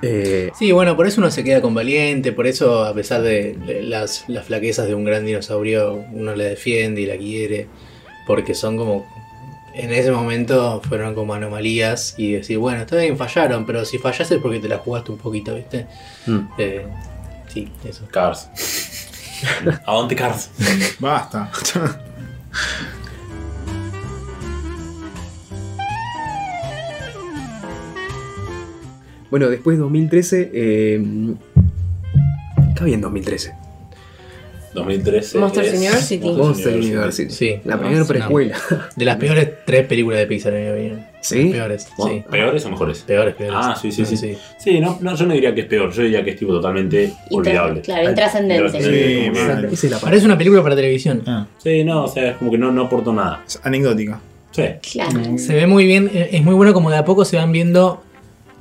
Speaker 1: Eh,
Speaker 5: Sí, bueno, por eso uno se queda con Valiente, por eso a pesar de de las, las flaquezas de un gran dinosaurio, uno la defiende y la quiere, porque son como, en ese momento fueron como anomalías y decir, bueno, está bien, fallaron, pero si fallaste es porque te la jugaste un poquito, ¿viste?
Speaker 1: mm.
Speaker 5: Eh, sí, eso.
Speaker 3: Cars. Avante Cars.
Speaker 6: Basta.
Speaker 1: Bueno, después 2013. Eh, ¿Qué había en 2013?
Speaker 3: 2013.
Speaker 4: Monster
Speaker 3: es-
Speaker 4: University.
Speaker 1: Monster University.
Speaker 5: Sí.
Speaker 1: La primera
Speaker 5: No,
Speaker 1: preescuela.
Speaker 5: De las peores tres películas de Pixar, en mi opinión.
Speaker 1: ¿Sí?
Speaker 5: Peores,
Speaker 3: Bueno,
Speaker 5: sí.
Speaker 3: ¿Peores o mejores?
Speaker 5: Peores, peores.
Speaker 3: Ah, sí, sí, sí. Sí, no, no, yo no diría que es peor, yo diría que es tipo totalmente olvidable.
Speaker 7: Intra- claro, intrascendente.
Speaker 3: Sí,
Speaker 6: Sí,
Speaker 3: como-
Speaker 6: mal.
Speaker 1: Esa es la palabra.
Speaker 5: Parece una película para televisión.
Speaker 6: Ah,
Speaker 3: Sí, no, o sea, es como que no, no aportó nada.
Speaker 6: es anecdótica.
Speaker 3: Sí.
Speaker 7: Claro.
Speaker 5: Se ve muy bien, eh, es muy bueno como de a poco se van viendo,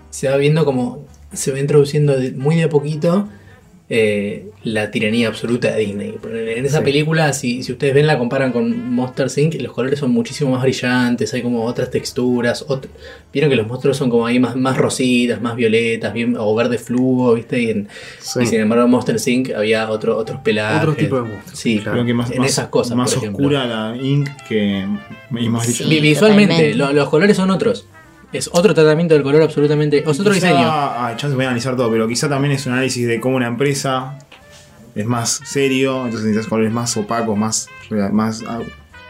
Speaker 5: se va viendo como se va introduciendo de- muy de a poquito eh, la tiranía absoluta de Disney. En esa
Speaker 1: Sí.
Speaker 5: película, si, si ustedes ven, la comparan con Monster Inc., los colores son muchísimo más brillantes, hay como otras texturas. ot- Vieron que los monstruos son como ahí más, más rositas, más violetas, bien, o verde fluo, ¿viste? Y, en-
Speaker 1: Sí.
Speaker 5: y sin embargo, en Monster Inc. había otro, otros pelajes.
Speaker 1: Otro tipo de monstruos,
Speaker 5: Sí,
Speaker 1: claro.
Speaker 6: Creo que más,
Speaker 5: en
Speaker 6: más-
Speaker 5: esas cosas.
Speaker 6: Más
Speaker 5: por ejemplo.
Speaker 6: oscura la Inc que. Y más
Speaker 7: Sí.
Speaker 5: Vi- Visualmente,
Speaker 7: totalmente.
Speaker 5: lo- los colores son otros. Es otro tratamiento del color absolutamente. Es otro
Speaker 6: Quizá-
Speaker 5: diseño.
Speaker 6: ah, yo voy a analizar todo, pero quizá también es un análisis de cómo una empresa es más serio, entonces necesitas colores más opacos, más, más ah,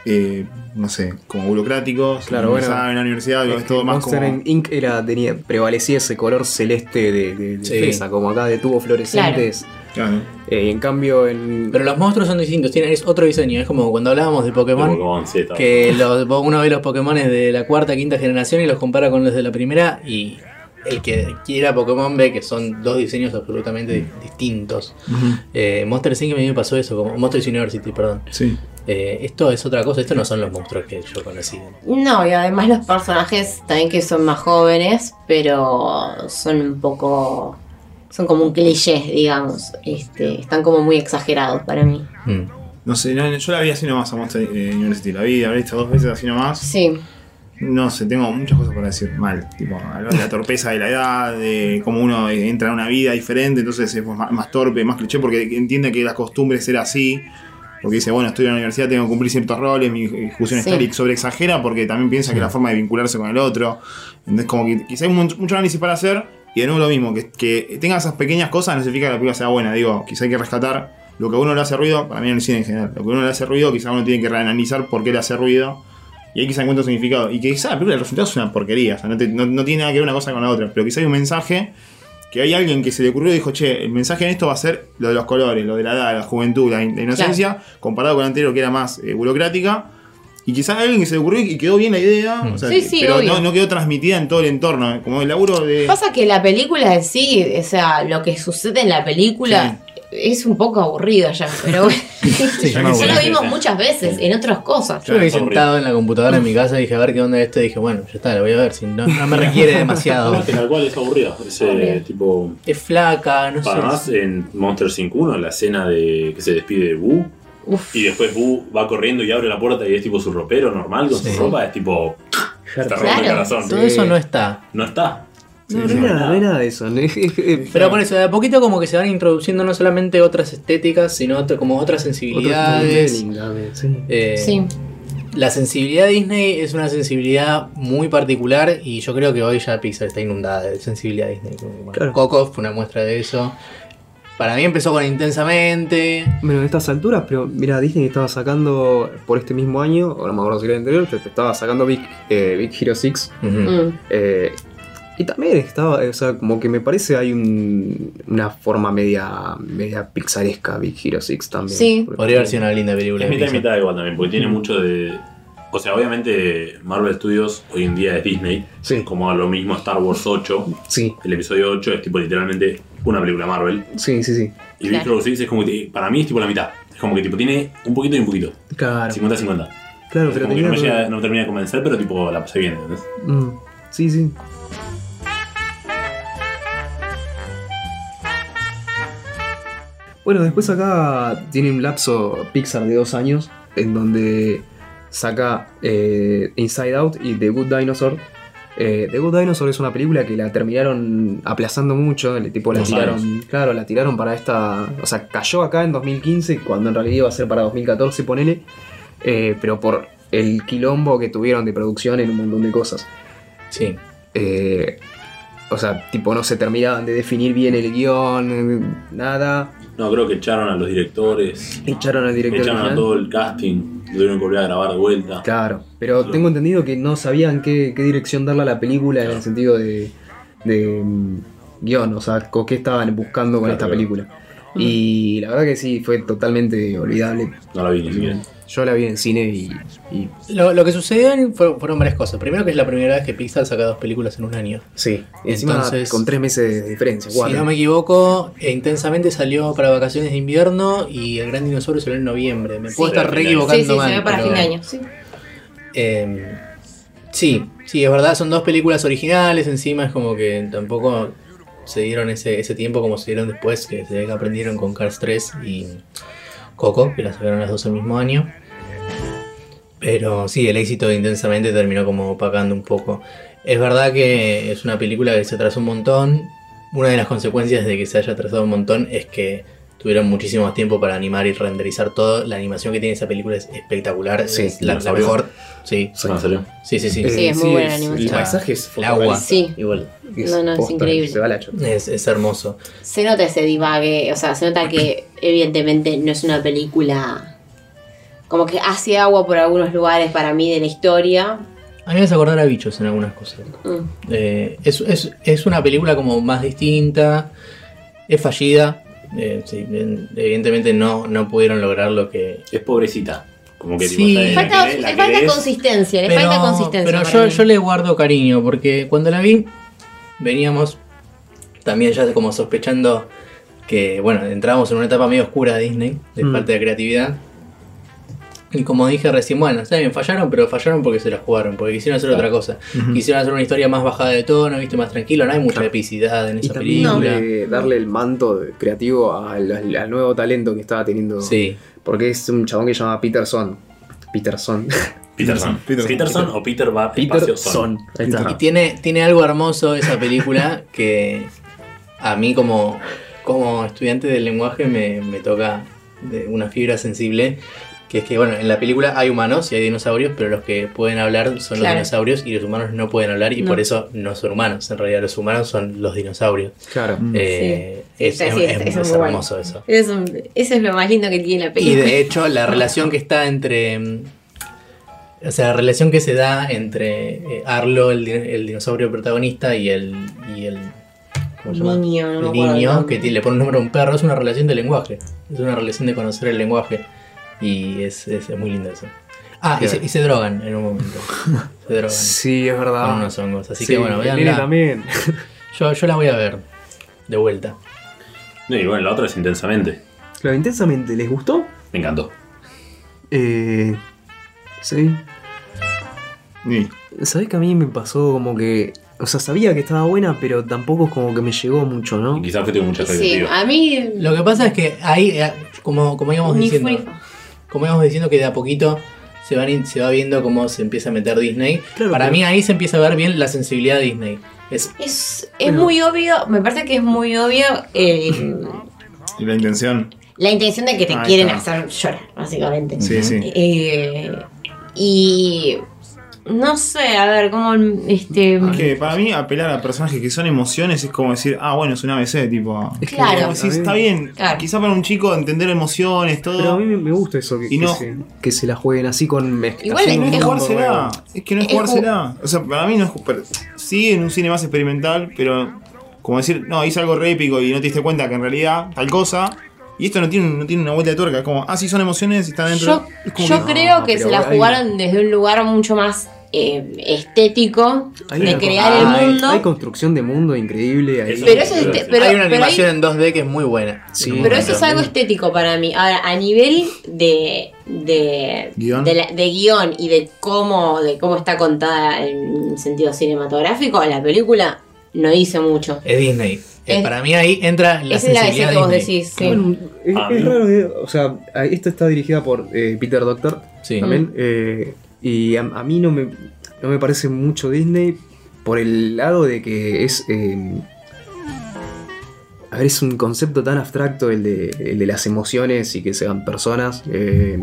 Speaker 6: eh, no sé, como burocráticos.
Speaker 1: Claro,
Speaker 6: en
Speaker 1: bueno.
Speaker 6: la universidad, en la universidad, es todo más
Speaker 1: Monster
Speaker 6: como...
Speaker 1: Inc. Era, tenía, prevalecía ese color celeste de, de, de
Speaker 5: Sí.
Speaker 1: fresa, como acá de tubos fluorescentes.
Speaker 6: Claro.
Speaker 1: Eh, y en cambio, en.
Speaker 5: Pero los monstruos son distintos, tienen, es otro diseño. Es como cuando hablábamos de Pokémon.
Speaker 3: Pokémon, sí, está.
Speaker 5: que los- vos- uno ve los Pokémon de la cuarta, quinta generación y los compara con los de la primera. Y el que quiera Pokémon ve que son dos diseños absolutamente di-
Speaker 1: Mm.
Speaker 5: distintos. Eh, Monster Inc. a mí me pasó eso, como Monster University, perdón.
Speaker 6: Sí.
Speaker 5: Eh, esto es otra cosa, estos no son los monstruos que yo conocí.
Speaker 4: No, y además los personajes también que son más jóvenes, pero son un poco. Son como un cliché, digamos. Este, están como muy exagerados para mí.
Speaker 5: Mm.
Speaker 6: No sé, no, yo la vi así nomás a Monster eh, University. La vi, la habré visto dos veces así nomás.
Speaker 4: Sí,
Speaker 6: No sé, tengo muchas cosas para decir mal. Tipo, hablar de la torpeza de la edad, de cómo uno entra en una vida diferente, entonces es más, más torpe, más cliché, porque entiende que las costumbres eran así. Porque dice, bueno, estoy en la universidad, tengo que cumplir ciertos roles, mi discusión
Speaker 4: Sí.
Speaker 6: está y sobre exagera porque también piensa que es la forma de vincularse con el otro. Entonces, como que quizá hay mucho, mucho análisis para hacer, y de nuevo lo mismo, que, que tenga esas pequeñas cosas no significa que la película sea buena. Digo, quizá hay que rescatar lo que a uno le hace ruido, para mí en el cine en general, lo que a uno le hace ruido, quizá uno tiene que reanalizar por qué le hace ruido. Y ahí quizá encuentra un significado. Y que quizá la película el resultado es una porquería. O sea, no, te- no- no tiene nada que ver una cosa con la otra. Pero quizá hay un mensaje que hay alguien que se le ocurrió y dijo, che, el mensaje en esto va a ser lo de los colores, lo de la edad, la juventud, la, in- la inocencia, comparado con la anterior que era más eh, burocrática. Y quizás alguien que se le ocurrió y quedó bien la idea, o sea,
Speaker 4: Sí, sí,
Speaker 6: pero
Speaker 4: obvio.
Speaker 6: no, no quedó transmitida en todo el entorno, eh, como el laburo de...
Speaker 4: Pasa que la película en sí, o sea, lo que sucede en la película es un poco aburrida ya, pero bueno.
Speaker 5: ya
Speaker 4: ya
Speaker 5: bueno.
Speaker 4: lo vimos muchas veces en otras cosas.
Speaker 5: Yo lo vi
Speaker 3: Claro,
Speaker 5: sentado en la computadora en mi casa y dije, a ver qué onda esto. Y dije, bueno, ya está, lo voy a ver. Si no, no me requiere demasiado.
Speaker 3: No, que tal cual es aburrida. Es eh, tipo.
Speaker 5: Es flaca, no
Speaker 3: Para más
Speaker 5: sé.
Speaker 3: en Monster 5.1, la escena de que se despide de Boo.
Speaker 4: Uf.
Speaker 3: Y después Boo va corriendo y abre la puerta y es tipo su ropero normal con
Speaker 5: Sí.
Speaker 3: su ropa. Es tipo. Te rompe el
Speaker 4: Claro.
Speaker 3: corazón.
Speaker 5: Todo eso no está.
Speaker 3: No está.
Speaker 1: No, no, hay nada, no hay nada de eso.
Speaker 5: Pero por eso, de a poquito como que se van introduciendo no solamente otras estéticas, sino otro- como otras sensibilidades. Eh,
Speaker 4: Sí,
Speaker 5: La sensibilidad de Disney es una sensibilidad muy particular y yo creo que hoy ya Pixar está inundada de sensibilidad Disney. Bueno,
Speaker 1: Claro.
Speaker 5: Coco fue una muestra de eso. Para mí empezó con Intensamente.
Speaker 1: Bueno, a estas alturas, pero mira, Disney estaba sacando por este mismo año, o no me acuerdo si era el anterior, pero estaba sacando Big, eh, Big Hero 6.
Speaker 5: Ujú.
Speaker 4: mm,
Speaker 1: eh, y también estaba, eh, o sea, como que me parece hay un- una forma media, media pixaresca Big Hero 6 también.
Speaker 4: Sí.
Speaker 1: Porque-
Speaker 5: Podría haber sido una linda película.
Speaker 3: Es
Speaker 5: de
Speaker 3: mitad y
Speaker 5: Pixar.
Speaker 3: mitad igual también, porque tiene mucho de. O sea, obviamente Marvel Studios hoy en día es Disney.
Speaker 1: Sí.
Speaker 3: Como lo mismo Star Wars 8.
Speaker 1: Sí.
Speaker 3: El episodio 8 es tipo literalmente una película Marvel.
Speaker 1: Sí, sí, sí.
Speaker 3: Y
Speaker 4: Claro.
Speaker 3: Big Hero Six es como que, para mí es tipo la mitad. Es como que tipo tiene un poquito y un poquito.
Speaker 1: Claro.
Speaker 3: 50-50.
Speaker 1: Claro,
Speaker 3: Es
Speaker 1: pero
Speaker 3: como que
Speaker 1: tenía.
Speaker 3: no me, llega- no me termina de convencer, pero tipo la pasé bien. ¿entendés?
Speaker 1: Mm, Sí, sí. Bueno, después acá tiene un lapso Pixar de dos años en donde saca eh, Inside Out y The Good Dinosaur. Eh, The Good Dinosaur es una película que la terminaron aplazando mucho, le- tipo la
Speaker 3: Dos
Speaker 1: tiraron, claro, la tiraron para esta, o sea, cayó acá en 2015 cuando en realidad iba a ser para 2014, ponele, eh, pero por el quilombo que tuvieron de producción en un montón de cosas.
Speaker 5: Sí.
Speaker 1: Eh, o sea, tipo, no se terminaban de definir bien el guión, eh, nada.
Speaker 3: No, creo que echaron a los directores.
Speaker 1: Echaron al director.
Speaker 3: Echaron a
Speaker 1: original.
Speaker 3: todo el casting. Lo tuvieron que volver a grabar de vuelta.
Speaker 1: Claro, pero
Speaker 3: Claro.
Speaker 1: tengo entendido que no sabían qué, qué dirección darle a la película en el sentido de, de, mm, guión, o sea, co- qué estaban buscando con
Speaker 3: Claro,
Speaker 1: esta
Speaker 3: claro. Mm.
Speaker 1: película. Y la verdad que sí, fue totalmente olvidable.
Speaker 3: No la vi ni siquiera.
Speaker 1: Yo la vi en cine y, y
Speaker 5: Lo, lo que sucedió en- fue- fueron varias cosas. Primero que es la primera vez que Pixar saca dos películas en un año.
Speaker 1: sí, encima
Speaker 5: Entonces-
Speaker 1: con tres meses de diferencia.
Speaker 5: Si
Speaker 1: cuatro.
Speaker 5: no me equivoco, eh, intensamente salió para vacaciones de invierno y el gran dinosaurio salió en noviembre. Me
Speaker 4: Sí.
Speaker 5: puedo estar
Speaker 3: Para
Speaker 5: re
Speaker 3: fin de año.
Speaker 5: equivocando
Speaker 4: Sí, sí,
Speaker 5: mal,
Speaker 4: se ve para
Speaker 5: pero,
Speaker 4: fin de año. Sí.
Speaker 5: eh, sí, sí, es verdad, son dos películas originales, encima es como que tampoco se dieron ese, ese tiempo como se dieron después, que se ve que aprendieron con Cars 3 y Coco, que las sacaron las dos el mismo año. Pero sí, el éxito de Intensamente terminó como opacando un poco. Es verdad que es una película que se atrasó un montón. Una de las consecuencias de que se haya atrasado un montón es que tuvieron muchísimo más tiempo para animar y renderizar todo. La animación que tiene esa película es espectacular.
Speaker 1: Sí,
Speaker 5: es la, la
Speaker 3: dinosaurio.
Speaker 5: mejor. Sí,
Speaker 1: Sí.
Speaker 3: No, salió.
Speaker 5: sí, sí. sí.
Speaker 1: Eh,
Speaker 4: Sí, es muy buena animación. Ah,
Speaker 1: El paisaje es
Speaker 5: El agua.
Speaker 1: fotográfico.
Speaker 4: Sí.
Speaker 5: Igual.
Speaker 1: Es
Speaker 4: No, no, es
Speaker 1: posta,
Speaker 4: increíble.
Speaker 1: Se va la chota.
Speaker 5: Es, es hermoso.
Speaker 4: Se nota ese divague, o sea, se nota que evidentemente no es una película como que hace agua por algunos lugares para mí de la historia.
Speaker 5: A mí me hace acordar a bichos en algunas cosas.
Speaker 4: Mm.
Speaker 5: Eh, es, es- es una película como más distinta. Es fallida. Eh, sí, en- evidentemente no, no pudieron lograr lo que.
Speaker 3: Es pobrecita. Como que
Speaker 5: Sí.
Speaker 3: tipo, está- la
Speaker 4: Falta,
Speaker 3: querés- la
Speaker 4: le falta
Speaker 3: querés.
Speaker 4: consistencia, le Eh, falta consistencia.
Speaker 5: pero
Speaker 4: para
Speaker 5: yo,
Speaker 4: mí.
Speaker 5: yo le guardo cariño porque cuando la vi, veníamos también ya como sospechando que, bueno, entrábamos en una etapa medio oscura de Disney, de
Speaker 1: Mm.
Speaker 5: falta de creatividad. Y como dije recién, bueno, está bien, fallaron, pero fallaron porque se la jugaron, porque quisieron hacer otra cosa. Quisieron hacer una historia más bajada de tono, viste, más tranquilo, no hay mucha
Speaker 1: Claro.
Speaker 5: epicidad en
Speaker 1: Y
Speaker 5: esa
Speaker 1: también
Speaker 5: película.
Speaker 1: darle, darle el manto de- creativo al, al- al nuevo talento que estaba teniendo.
Speaker 5: Sí,
Speaker 1: Porque es un chabón que se llama Peterson. Peterson.
Speaker 3: Peterson.
Speaker 6: Peterson.
Speaker 3: Peterson o Peter Bar Son.
Speaker 1: Peterson. Ahí está.
Speaker 5: y tiene, tiene algo hermoso esa película que a mí como, como estudiante del lenguaje me, me toca de una fibra sensible, que es que, bueno, en la película hay humanos y hay dinosaurios, pero los que pueden hablar son los
Speaker 4: Claro.
Speaker 5: dinosaurios y los humanos no pueden hablar y
Speaker 4: No.
Speaker 5: por eso no son humanos, en realidad los humanos son los dinosaurios.
Speaker 1: Claro.
Speaker 5: Eh, es,
Speaker 4: Mm, Sí,
Speaker 5: es-
Speaker 4: sí,
Speaker 5: es-
Speaker 4: es
Speaker 5: es
Speaker 4: muy bueno.
Speaker 5: hermoso eso.
Speaker 4: Eso es un- eso es lo más lindo que tiene la
Speaker 5: Y
Speaker 4: película.
Speaker 5: de hecho, la relación que está entre. mm, O sea, la relación que se da entre eh, Arlo, el, di- el dinosaurio protagonista, y el. Y el ¿Cómo se llama?
Speaker 4: Niño, no me
Speaker 5: el
Speaker 4: acuerdo el
Speaker 5: niño
Speaker 4: nombre.
Speaker 5: que ti- le pone un nombre a un perro, es una relación de lenguaje. Es una relación de conocer el lenguaje. Y es, es- es muy lindo eso. Ah, y se, y se drogan en un momento. Se drogan
Speaker 1: Sí, es verdad.
Speaker 5: con unos hongos. Así
Speaker 1: Ah, Sí,
Speaker 5: que bueno,
Speaker 1: el nene
Speaker 5: vean.
Speaker 1: también.
Speaker 5: Yo, yo la voy a ver de vuelta.
Speaker 3: No, y bueno, la otra es intensamente.
Speaker 1: Claro, intensamente, ¿les gustó?
Speaker 3: Me encantó.
Speaker 1: Eh, sí.
Speaker 6: Ni.
Speaker 1: ¿Sabés que a mí me pasó como que. O sea, sabía que estaba buena, pero tampoco es como que me llegó mucho,
Speaker 3: Y
Speaker 1: ¿no?
Speaker 3: quizás fuiste con mucha
Speaker 4: Sí,
Speaker 3: expectativa.
Speaker 4: a mí
Speaker 5: Lo que pasa es que ahí, eh, como, como íbamos
Speaker 4: ni
Speaker 5: diciendo.
Speaker 4: fui.
Speaker 5: como íbamos diciendo que de a poquito se, van in- se va viendo cómo se empieza a meter Disney.
Speaker 1: Claro,
Speaker 5: Para
Speaker 1: pero-
Speaker 5: mí ahí se empieza a ver bien la sensibilidad de Disney. Es,
Speaker 4: Es, es muy obvio, me parece que es muy obvio eh,
Speaker 6: Y la intención.
Speaker 4: la intención de que te
Speaker 6: Ahí
Speaker 4: quieren
Speaker 6: está.
Speaker 4: hacer llorar, básicamente.
Speaker 6: Sí, sí.
Speaker 4: Eh, y no sé, a ver, cómo este
Speaker 6: Es que para mí apelar a personajes que son emociones es como decir, ah, bueno, es una ABC, tipo.
Speaker 1: Es que-
Speaker 4: Claro.
Speaker 6: Como decís, está bien.
Speaker 4: Claro.
Speaker 6: Quizá para un chico entender emociones, todo.
Speaker 1: Pero a mí me- me gusta eso, que,
Speaker 6: Y
Speaker 1: que
Speaker 6: no-
Speaker 1: se, que se la jueguen así con mezcla.
Speaker 4: Igual
Speaker 1: así
Speaker 4: es-
Speaker 6: no
Speaker 1: con
Speaker 6: es
Speaker 1: un
Speaker 6: jugársela. Es que no es
Speaker 4: Es ju-
Speaker 6: jugársela. O sea, para mí no es. ju- pero sí, en un cine más experimental, pero. Como decir, no, hice algo re épico y no te diste cuenta que en realidad tal cosa. Y esto no tiene, no tiene una vuelta de tuerca. Es como, ah, sí, son emociones y están dentro.
Speaker 4: Yo,
Speaker 6: Es como
Speaker 4: yo
Speaker 6: que-
Speaker 4: creo que
Speaker 1: pero
Speaker 4: se la
Speaker 1: hay-
Speaker 4: jugaron desde un lugar mucho más eh, estético
Speaker 1: Hay
Speaker 4: de
Speaker 1: una
Speaker 4: crear
Speaker 1: cosa-
Speaker 4: el
Speaker 1: hay-
Speaker 4: mundo.
Speaker 1: Hay construcción de mundo increíble ahí.
Speaker 3: Eso
Speaker 4: pero eso es
Speaker 3: Pero
Speaker 4: este- pero-
Speaker 5: hay una
Speaker 4: pero hay-
Speaker 5: animación en 2D que es muy buena.
Speaker 1: Sí.
Speaker 4: Pero eso es algo
Speaker 1: Sí.
Speaker 4: estético para mí. Ahora, a nivel de, de,
Speaker 6: Guión.
Speaker 4: de, la- de guión y de cómo, de cómo está contada en sentido cinematográfico, la película no hizo mucho.
Speaker 5: Es Disney. Eh,
Speaker 4: Es-
Speaker 5: para mí ahí entra la
Speaker 4: Esa es la
Speaker 5: sensibilidad
Speaker 4: DC que vos
Speaker 5: Disney.
Speaker 4: decís. sí.
Speaker 1: Bueno, es,
Speaker 3: Ah,
Speaker 1: es
Speaker 3: bien.
Speaker 1: raro, eh, o sea, a- esta está dirigida por eh, Peter Doctor
Speaker 5: Sí.
Speaker 4: Mm.
Speaker 1: también, eh, y a, a mí no me, no me parece mucho Disney por el lado de que es... eh, a ver, es un concepto tan abstracto el de, el de las emociones y que sean personas. eh,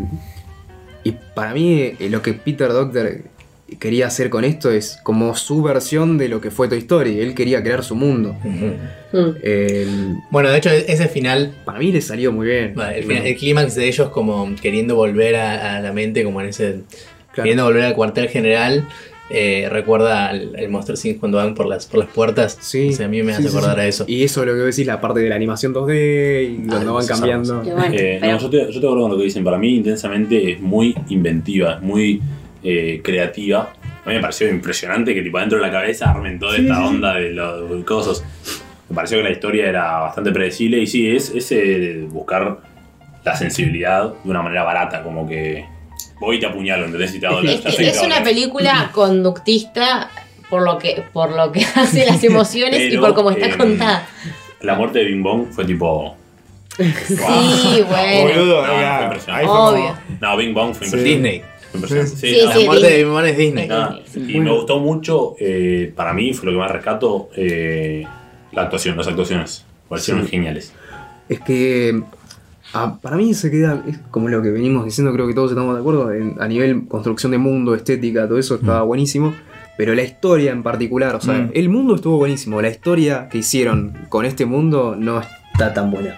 Speaker 1: y para mí eh, lo que Peter Doctor quería hacer con esto es como su versión de lo que fue Toy Story. Él quería crear su mundo.
Speaker 5: Ujú.
Speaker 4: Mm.
Speaker 1: Eh,
Speaker 5: Bueno, de hecho, ese final,
Speaker 1: para mí le salió muy bien.
Speaker 5: el, final- el clímax de ellos como queriendo volver a, a la mente, como en ese.
Speaker 1: Claro.
Speaker 5: Queriendo volver al cuartel general. eh, recuerda al, al Monster Inc. cuando van por las, por las puertas.
Speaker 1: Sí.
Speaker 5: O sea, a mí me
Speaker 1: Sí,
Speaker 5: hace
Speaker 1: sí,
Speaker 5: acordar
Speaker 1: sí.
Speaker 5: a eso.
Speaker 1: Y eso es lo que vos decís, la parte de la animación 2D y
Speaker 5: Ah,
Speaker 1: cuando van
Speaker 5: esos
Speaker 1: cambiando.
Speaker 4: Y bueno,
Speaker 3: Eh,
Speaker 4: pero-
Speaker 3: no, yo te, yo te acuerdo con lo que dicen. Para mí, intensamente es muy inventiva, es muy eh, creativa. A mí me pareció impresionante que tipo dentro de la cabeza armen toda esta onda de los cosas. Me pareció que la historia era bastante predecible y sí, es, es eh, buscar la sensibilidad de una manera barata, como que voy y te apuñalo, ¿entendés? Y te hago
Speaker 4: Es,
Speaker 3: la-
Speaker 4: que
Speaker 3: te
Speaker 4: este es
Speaker 3: hago la-
Speaker 4: una película conductista por lo que, por lo que hace las emociones y
Speaker 3: Pero,
Speaker 4: por cómo está
Speaker 3: eh,
Speaker 4: contada.
Speaker 3: La muerte de Bing Bong fue tipo...
Speaker 4: Sí, bueno.
Speaker 6: Boludo,
Speaker 3: No, no,
Speaker 6: era-
Speaker 3: fue
Speaker 6: ahí fue como-
Speaker 4: Obvio.
Speaker 3: No, Bing Bong fue
Speaker 6: Sí.
Speaker 3: impresionante.
Speaker 5: Disney.
Speaker 3: Fue impresionante.
Speaker 4: Sí,
Speaker 3: no,
Speaker 5: La
Speaker 4: sí.
Speaker 5: muerte de Big Mom es Disney.
Speaker 3: Nada, Y
Speaker 1: Bueno.
Speaker 3: me gustó mucho, eh, para mí fue lo que más rescato, eh, la actuación, las actuaciones. Me Parecieron
Speaker 1: Sí.
Speaker 3: geniales.
Speaker 1: Es que ah, para mí se queda, es como lo que venimos diciendo, creo que todos estamos de acuerdo, en- a nivel construcción de mundo, estética, todo eso
Speaker 3: Mm.
Speaker 1: estaba buenísimo. Pero la historia en particular, o sea,
Speaker 6: Mm.
Speaker 1: el mundo estuvo buenísimo, la historia que hicieron con este mundo no está tan buena.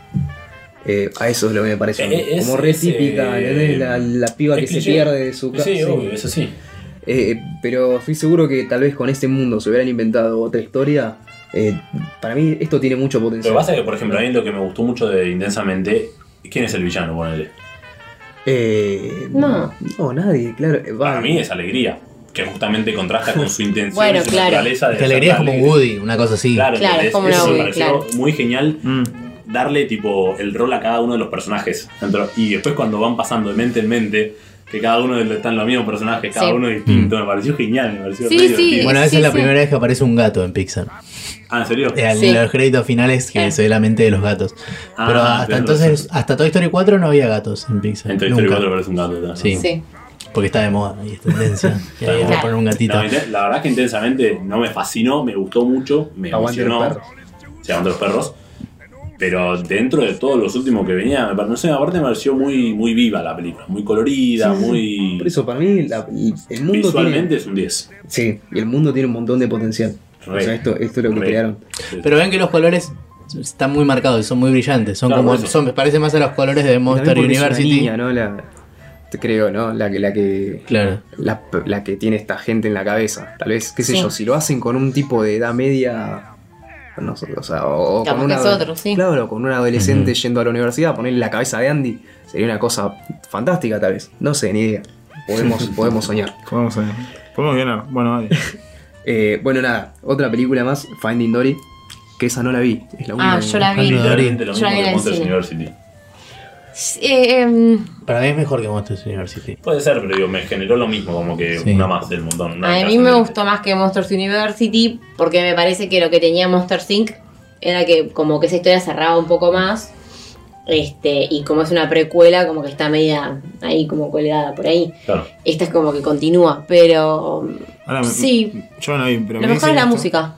Speaker 1: Eh, a eso es lo que me parece. a mí.
Speaker 3: Eh, es-
Speaker 1: como re
Speaker 3: es,
Speaker 1: típica,
Speaker 3: eh,
Speaker 1: ¿entendés? la, la piba
Speaker 3: es
Speaker 1: que se
Speaker 3: cliché.
Speaker 1: pierde de su casa.
Speaker 3: Sí, obvio, eso sí.
Speaker 1: Eh, pero estoy seguro que tal vez con este mundo se hubieran inventado otra historia. Eh, para mí esto tiene mucho
Speaker 3: Lo que
Speaker 1: potencial.
Speaker 3: pasa es que, por ejemplo, a mí lo que me gustó mucho de Intensamente, ¿quién es el villano? Ponele.
Speaker 1: Eh,
Speaker 4: No.
Speaker 1: No, nadie, claro. Eh, va,
Speaker 3: Para mí es alegría, que justamente contrasta con su intención
Speaker 4: Bueno,
Speaker 3: y su
Speaker 4: claro.
Speaker 3: naturaleza de
Speaker 5: Te alegría es
Speaker 3: ser
Speaker 5: como
Speaker 3: alegre.
Speaker 5: Woody, una cosa así.
Speaker 3: Claro,
Speaker 4: Claro,
Speaker 3: ¿entendés?
Speaker 4: es como
Speaker 3: eso
Speaker 4: una
Speaker 3: me
Speaker 4: Woody,
Speaker 3: pareció
Speaker 4: claro.
Speaker 3: muy genial
Speaker 6: Mm.
Speaker 3: darle tipo el rol a cada uno de los personajes. Dentro- Y después cuando van pasando de mente en mente, que cada uno de- están los mismos personajes, cada
Speaker 4: Sí.
Speaker 3: uno distinto, me pareció genial, me pareció
Speaker 4: Sí,
Speaker 3: re
Speaker 4: sí.
Speaker 3: divertido.
Speaker 5: Bueno, esa
Speaker 4: Sí,
Speaker 5: es la
Speaker 4: sí.
Speaker 5: primera vez que aparece un gato en Pixar.
Speaker 3: Ah, ¿en serio?
Speaker 5: Eh, En
Speaker 4: Sí. Eh.
Speaker 5: los créditos finales que
Speaker 4: Claro.
Speaker 5: se ve la mente de los gatos.
Speaker 3: Ah,
Speaker 5: Pero hasta
Speaker 3: tenés
Speaker 5: entonces, hasta Toy Story 4 no había gatos en Pixar.
Speaker 3: En Toy Story
Speaker 5: Nunca.
Speaker 3: 4 parece un gato. tenés
Speaker 5: Sí.
Speaker 4: Sí.
Speaker 5: Porque está de moda y es tendencia. y ahí
Speaker 3: Claro.
Speaker 5: vamos a poner un gatito.
Speaker 3: razón. No, la verdad es que intensamente no me fascinó, me gustó mucho, me
Speaker 1: Aguante los
Speaker 3: emocionó.
Speaker 1: perros.
Speaker 3: Sí, aguante los perros. Pero dentro de todos los últimos que venía, me pare- no sé, aparte me pareció muy, muy viva la película, muy colorida, muy.
Speaker 1: Por eso, para mí la- el mundo
Speaker 3: Visualmente
Speaker 1: tiene,
Speaker 3: es un 10.
Speaker 1: Sí, y el mundo tiene un montón de potencial. o
Speaker 3: Re.
Speaker 1: sea, esto, esto es lo que
Speaker 3: Re.
Speaker 1: crearon.
Speaker 5: Pero ven que los colores están muy marcados y son muy brillantes. Son
Speaker 3: Claro,
Speaker 5: como.
Speaker 3: por eso.
Speaker 5: Son, me parece más a los colores de
Speaker 1: También
Speaker 5: Monster
Speaker 1: porque es una
Speaker 5: University.
Speaker 1: niña, ¿no? La, te creo, ¿no? La que, la que.
Speaker 5: Claro.
Speaker 1: La, la que tiene esta gente en la cabeza. Tal vez, qué sé
Speaker 4: Sí.
Speaker 1: yo, si lo hacen con un tipo de edad media. No, sé, o sea, o, o
Speaker 4: Capaz
Speaker 1: con una,
Speaker 4: que es otro, sí.
Speaker 1: Claro, con un adolescente yendo a la universidad, ponerle la cabeza de Andy, sería una cosa fantástica, tal vez. No sé, ni idea. Podemos, podemos soñar.
Speaker 6: Podemos, eh, podemos guionar. Bueno, vale.
Speaker 1: Eh, bueno, nada, otra película más, Finding Dory, que esa no la vi. Es la única
Speaker 4: Ah,
Speaker 1: que-
Speaker 4: yo la vi.
Speaker 3: Literalmente lo
Speaker 4: Yo
Speaker 3: mismo
Speaker 4: la vi en
Speaker 3: que
Speaker 4: el
Speaker 3: Monsters
Speaker 4: cine.
Speaker 3: University.
Speaker 4: Eh, em,
Speaker 5: Para mí es mejor que Monster University.
Speaker 3: Puede ser, pero digo, me generó lo mismo, como que
Speaker 5: Sí.
Speaker 3: una más del montón. una
Speaker 4: A
Speaker 3: que
Speaker 4: mí
Speaker 3: hacen
Speaker 4: me
Speaker 3: de-
Speaker 4: gustó más que Monsters University porque me parece que lo que tenía Monsters Inc. era que como que esa historia cerraba un poco más. Este, y como es una precuela, como que está media ahí como colgada por ahí.
Speaker 3: Claro.
Speaker 4: Esta es como que continúa, pero um,
Speaker 6: Ahora me-
Speaker 4: sí.
Speaker 6: Yo no vi, pero
Speaker 4: Lo
Speaker 6: me
Speaker 4: mejor es
Speaker 6: dicen
Speaker 4: la
Speaker 6: esto,
Speaker 4: música.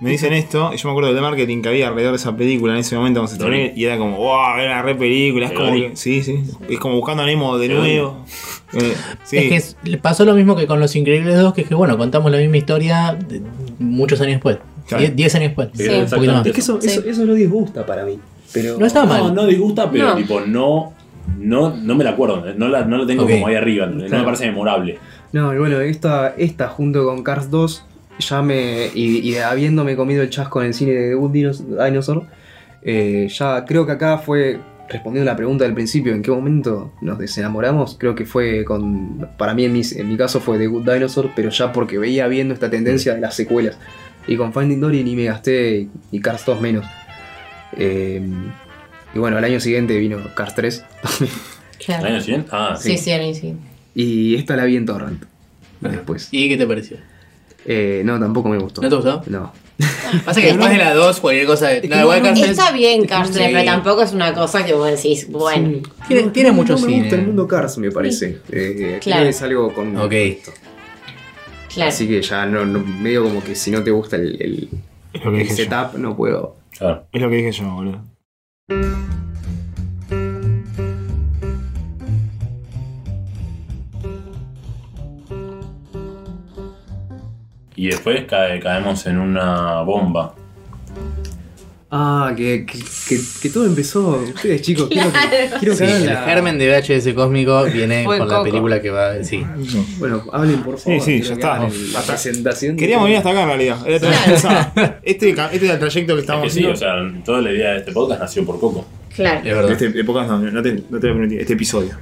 Speaker 6: Me dicen esto, y yo me acuerdo del marketing que había alrededor de esa película en ese momento cuando se
Speaker 3: Dory.
Speaker 6: estrenó, y era como, wow, era una re película, es
Speaker 3: De
Speaker 6: como
Speaker 3: Dory.
Speaker 6: que- sí, sí, es como buscando a Nemo de
Speaker 3: De
Speaker 6: nuevo. Eh, sí.
Speaker 5: Es que es- le pasó lo mismo que con Los Increíbles 2, que es que bueno, contamos la misma historia de- muchos años después.
Speaker 6: Claro.
Speaker 5: Die- Diez años después.
Speaker 3: Sí,
Speaker 5: Un poquito más.
Speaker 3: exactamente.
Speaker 1: Es que eso,
Speaker 4: Sí.
Speaker 1: eso, eso no disgusta para mí. Pero
Speaker 5: No está mal.
Speaker 3: No, no disgusta, pero
Speaker 4: No.
Speaker 3: tipo, no, no, no me la acuerdo, no la, no la tengo
Speaker 5: Ok.
Speaker 3: como ahí arriba, no me
Speaker 1: Claro.
Speaker 3: parece memorable.
Speaker 1: No, y bueno, esta, esta junto con Cars 2, ya me. Y, y habiéndome comido el chasco en el cine de Good Dinos- Dinosaur, eh, ya creo que acá fue respondiendo a la pregunta del principio, ¿en qué momento nos desenamoramos? Creo que fue con. Para mí, en, mis- en mi caso, fue The Good Dinosaur, pero ya porque veía viendo esta tendencia de las secuelas. Y con Finding Dory ni me gasté y, y Cars 2 menos. Eh, y bueno, al año siguiente vino Cars 3.
Speaker 3: ¿El
Speaker 4: Claro.
Speaker 3: año siguiente? Ah, sí.
Speaker 4: Sí, sí, ahí sí.
Speaker 1: Y esta la vi en Torrent. Después.
Speaker 5: ¿Y qué te pareció?
Speaker 1: Eh, no, tampoco me gustó.
Speaker 5: ¿No te gustó?
Speaker 1: No.
Speaker 5: Pasa que después de la 2, cualquier cosa. de- No, igual Carcel-
Speaker 4: Está bien Cars 3,
Speaker 5: Sí.
Speaker 4: pero tampoco es una cosa que vos decís, bueno.
Speaker 5: Tiene, tiene mucho
Speaker 1: no me
Speaker 5: cine.
Speaker 1: gusta el mundo Cars, me parece. Eh,
Speaker 4: Claro.
Speaker 1: no es algo con.
Speaker 5: Ok.
Speaker 4: Claro.
Speaker 1: Así que ya no, no- medio como que si no te gusta el, el-
Speaker 6: Es lo que
Speaker 1: el
Speaker 6: dije yo.
Speaker 1: setup, no puedo.
Speaker 3: Claro.
Speaker 6: Es lo que dije yo, boludo.
Speaker 3: Y después cae- caemos en una bomba.
Speaker 1: Ah, que, que, que- que todo empezó. Ustedes chicos, quiero que, quiero que
Speaker 5: Sí,
Speaker 1: hagan
Speaker 5: el
Speaker 1: la-
Speaker 5: germen de VHS cósmico viene
Speaker 4: Fue
Speaker 5: por la
Speaker 4: Coco.
Speaker 5: película que va. Sí.
Speaker 1: Bueno, hablen por favor.
Speaker 6: sí,
Speaker 1: quiero
Speaker 6: ya
Speaker 1: que
Speaker 6: está.
Speaker 1: hagan el- La
Speaker 6: Hasta-
Speaker 1: presentación. de-
Speaker 6: Queríamos ir hasta acá en realidad. Era todo lo que pensaba. Este, ca- este era el trayecto que
Speaker 3: Es
Speaker 6: estábamos
Speaker 3: que sí,
Speaker 6: haciendo.
Speaker 3: o sea, toda la idea de este podcast nació por Coco.
Speaker 5: Es
Speaker 4: Claro.
Speaker 5: verdad.
Speaker 6: Este podcast no, no te, no te voy a permitir. Este episodio.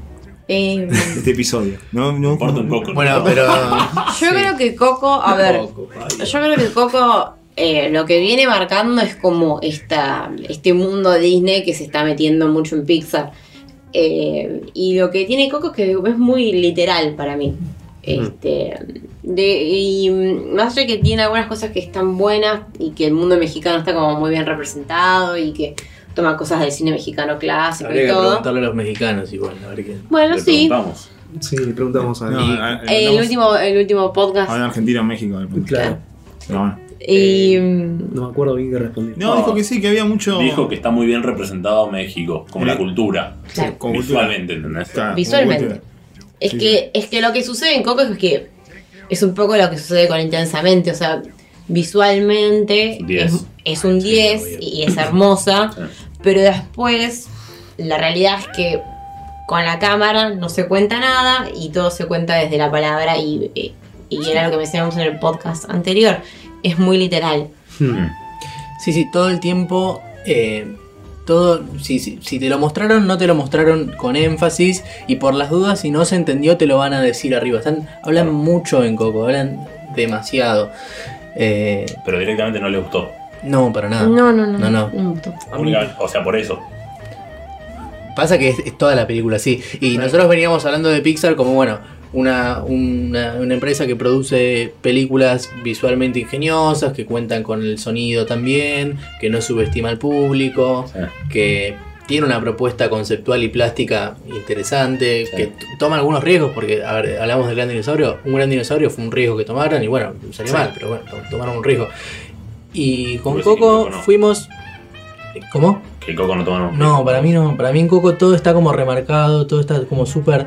Speaker 4: Eh,
Speaker 6: Este episodio. No, no.
Speaker 3: Importa un Coco.
Speaker 5: Bueno, pero.
Speaker 4: yo creo que Coco, a ver, yo creo que Coco eh, lo que viene marcando es como esta, este mundo Disney que se está metiendo mucho en Pixar. Eh, y lo que tiene Coco es que es muy literal para mí. Este, de- y mm, más allá que tiene algunas cosas que están buenas y que el mundo mexicano está como muy bien representado y que toma cosas del cine mexicano clásico
Speaker 5: Habría
Speaker 4: y
Speaker 5: que
Speaker 4: todo.
Speaker 5: preguntarle a los mexicanos igual, a ver qué.
Speaker 4: Bueno,
Speaker 3: Le
Speaker 4: sí.
Speaker 3: preguntamos.
Speaker 1: Sí, le preguntamos a
Speaker 6: No,
Speaker 1: mí.
Speaker 6: a- a-
Speaker 4: Eh, el,
Speaker 6: andamos- Ah,
Speaker 4: último, el último podcast.
Speaker 6: Ahora en Argentina o en México.
Speaker 1: Claro,
Speaker 6: Pero bueno.
Speaker 4: Y, mm,
Speaker 1: no me acuerdo bien que respondí.
Speaker 6: No, dijo que sí, que había mucho.
Speaker 3: Dijo que está muy bien representado México, como
Speaker 6: Sí.
Speaker 3: la cultura.
Speaker 4: claro.
Speaker 6: Como cultura.
Speaker 3: Visualmente, ¿entendés?
Speaker 6: Está, como
Speaker 4: Visualmente.
Speaker 6: cultura.
Speaker 4: Es,
Speaker 6: Sí,
Speaker 4: que, es que lo que sucede en Coco es que es un poco lo que sucede con Intensamente. O sea, visualmente
Speaker 3: Diez.
Speaker 4: es, es un 10
Speaker 5: obvio.
Speaker 4: y es hermosa.
Speaker 5: Ah.
Speaker 3: Sí.
Speaker 4: Pero después, la realidad es que con la cámara no se cuenta nada y todo se cuenta desde la palabra. Y, eh, y era lo que mencionamos en el podcast anterior. Es muy literal.
Speaker 1: Hmm.
Speaker 3: Mm.
Speaker 5: Sí, sí, todo el tiempo. eh, todo, si, si, si te lo mostraron, no te lo mostraron con énfasis. Y por las dudas, si no se entendió, te lo van a decir arriba. Están, hablan mucho en Coco, hablan demasiado. Eh,
Speaker 3: Pero directamente no le gustó.
Speaker 5: no, para nada.
Speaker 4: No, no, no.
Speaker 5: Ah. No, no.
Speaker 4: me gustó.
Speaker 3: Única- o sea, por eso.
Speaker 5: Pasa que es, es toda la película así. Y nosotros veníamos hablando de Pixar como, bueno, una, una, una empresa que produce películas visualmente ingeniosas, que cuentan con el sonido también, que no subestima al público,
Speaker 3: Sí.
Speaker 5: que tiene una propuesta conceptual y plástica interesante,
Speaker 3: Sí.
Speaker 5: que t- toma algunos riesgos, porque, a ver, hablamos del gran dinosaurio, un gran dinosaurio fue un riesgo que tomaron y bueno, salió mal, pero bueno, to- tomaron un riesgo. Y con
Speaker 3: Vos decís que
Speaker 5: Coco
Speaker 3: Coco no.
Speaker 5: fuimos... ¿Cómo?
Speaker 3: Que Coco no tomó
Speaker 5: No, para mí no. Para mí en Coco todo está como remarcado, todo está como súper.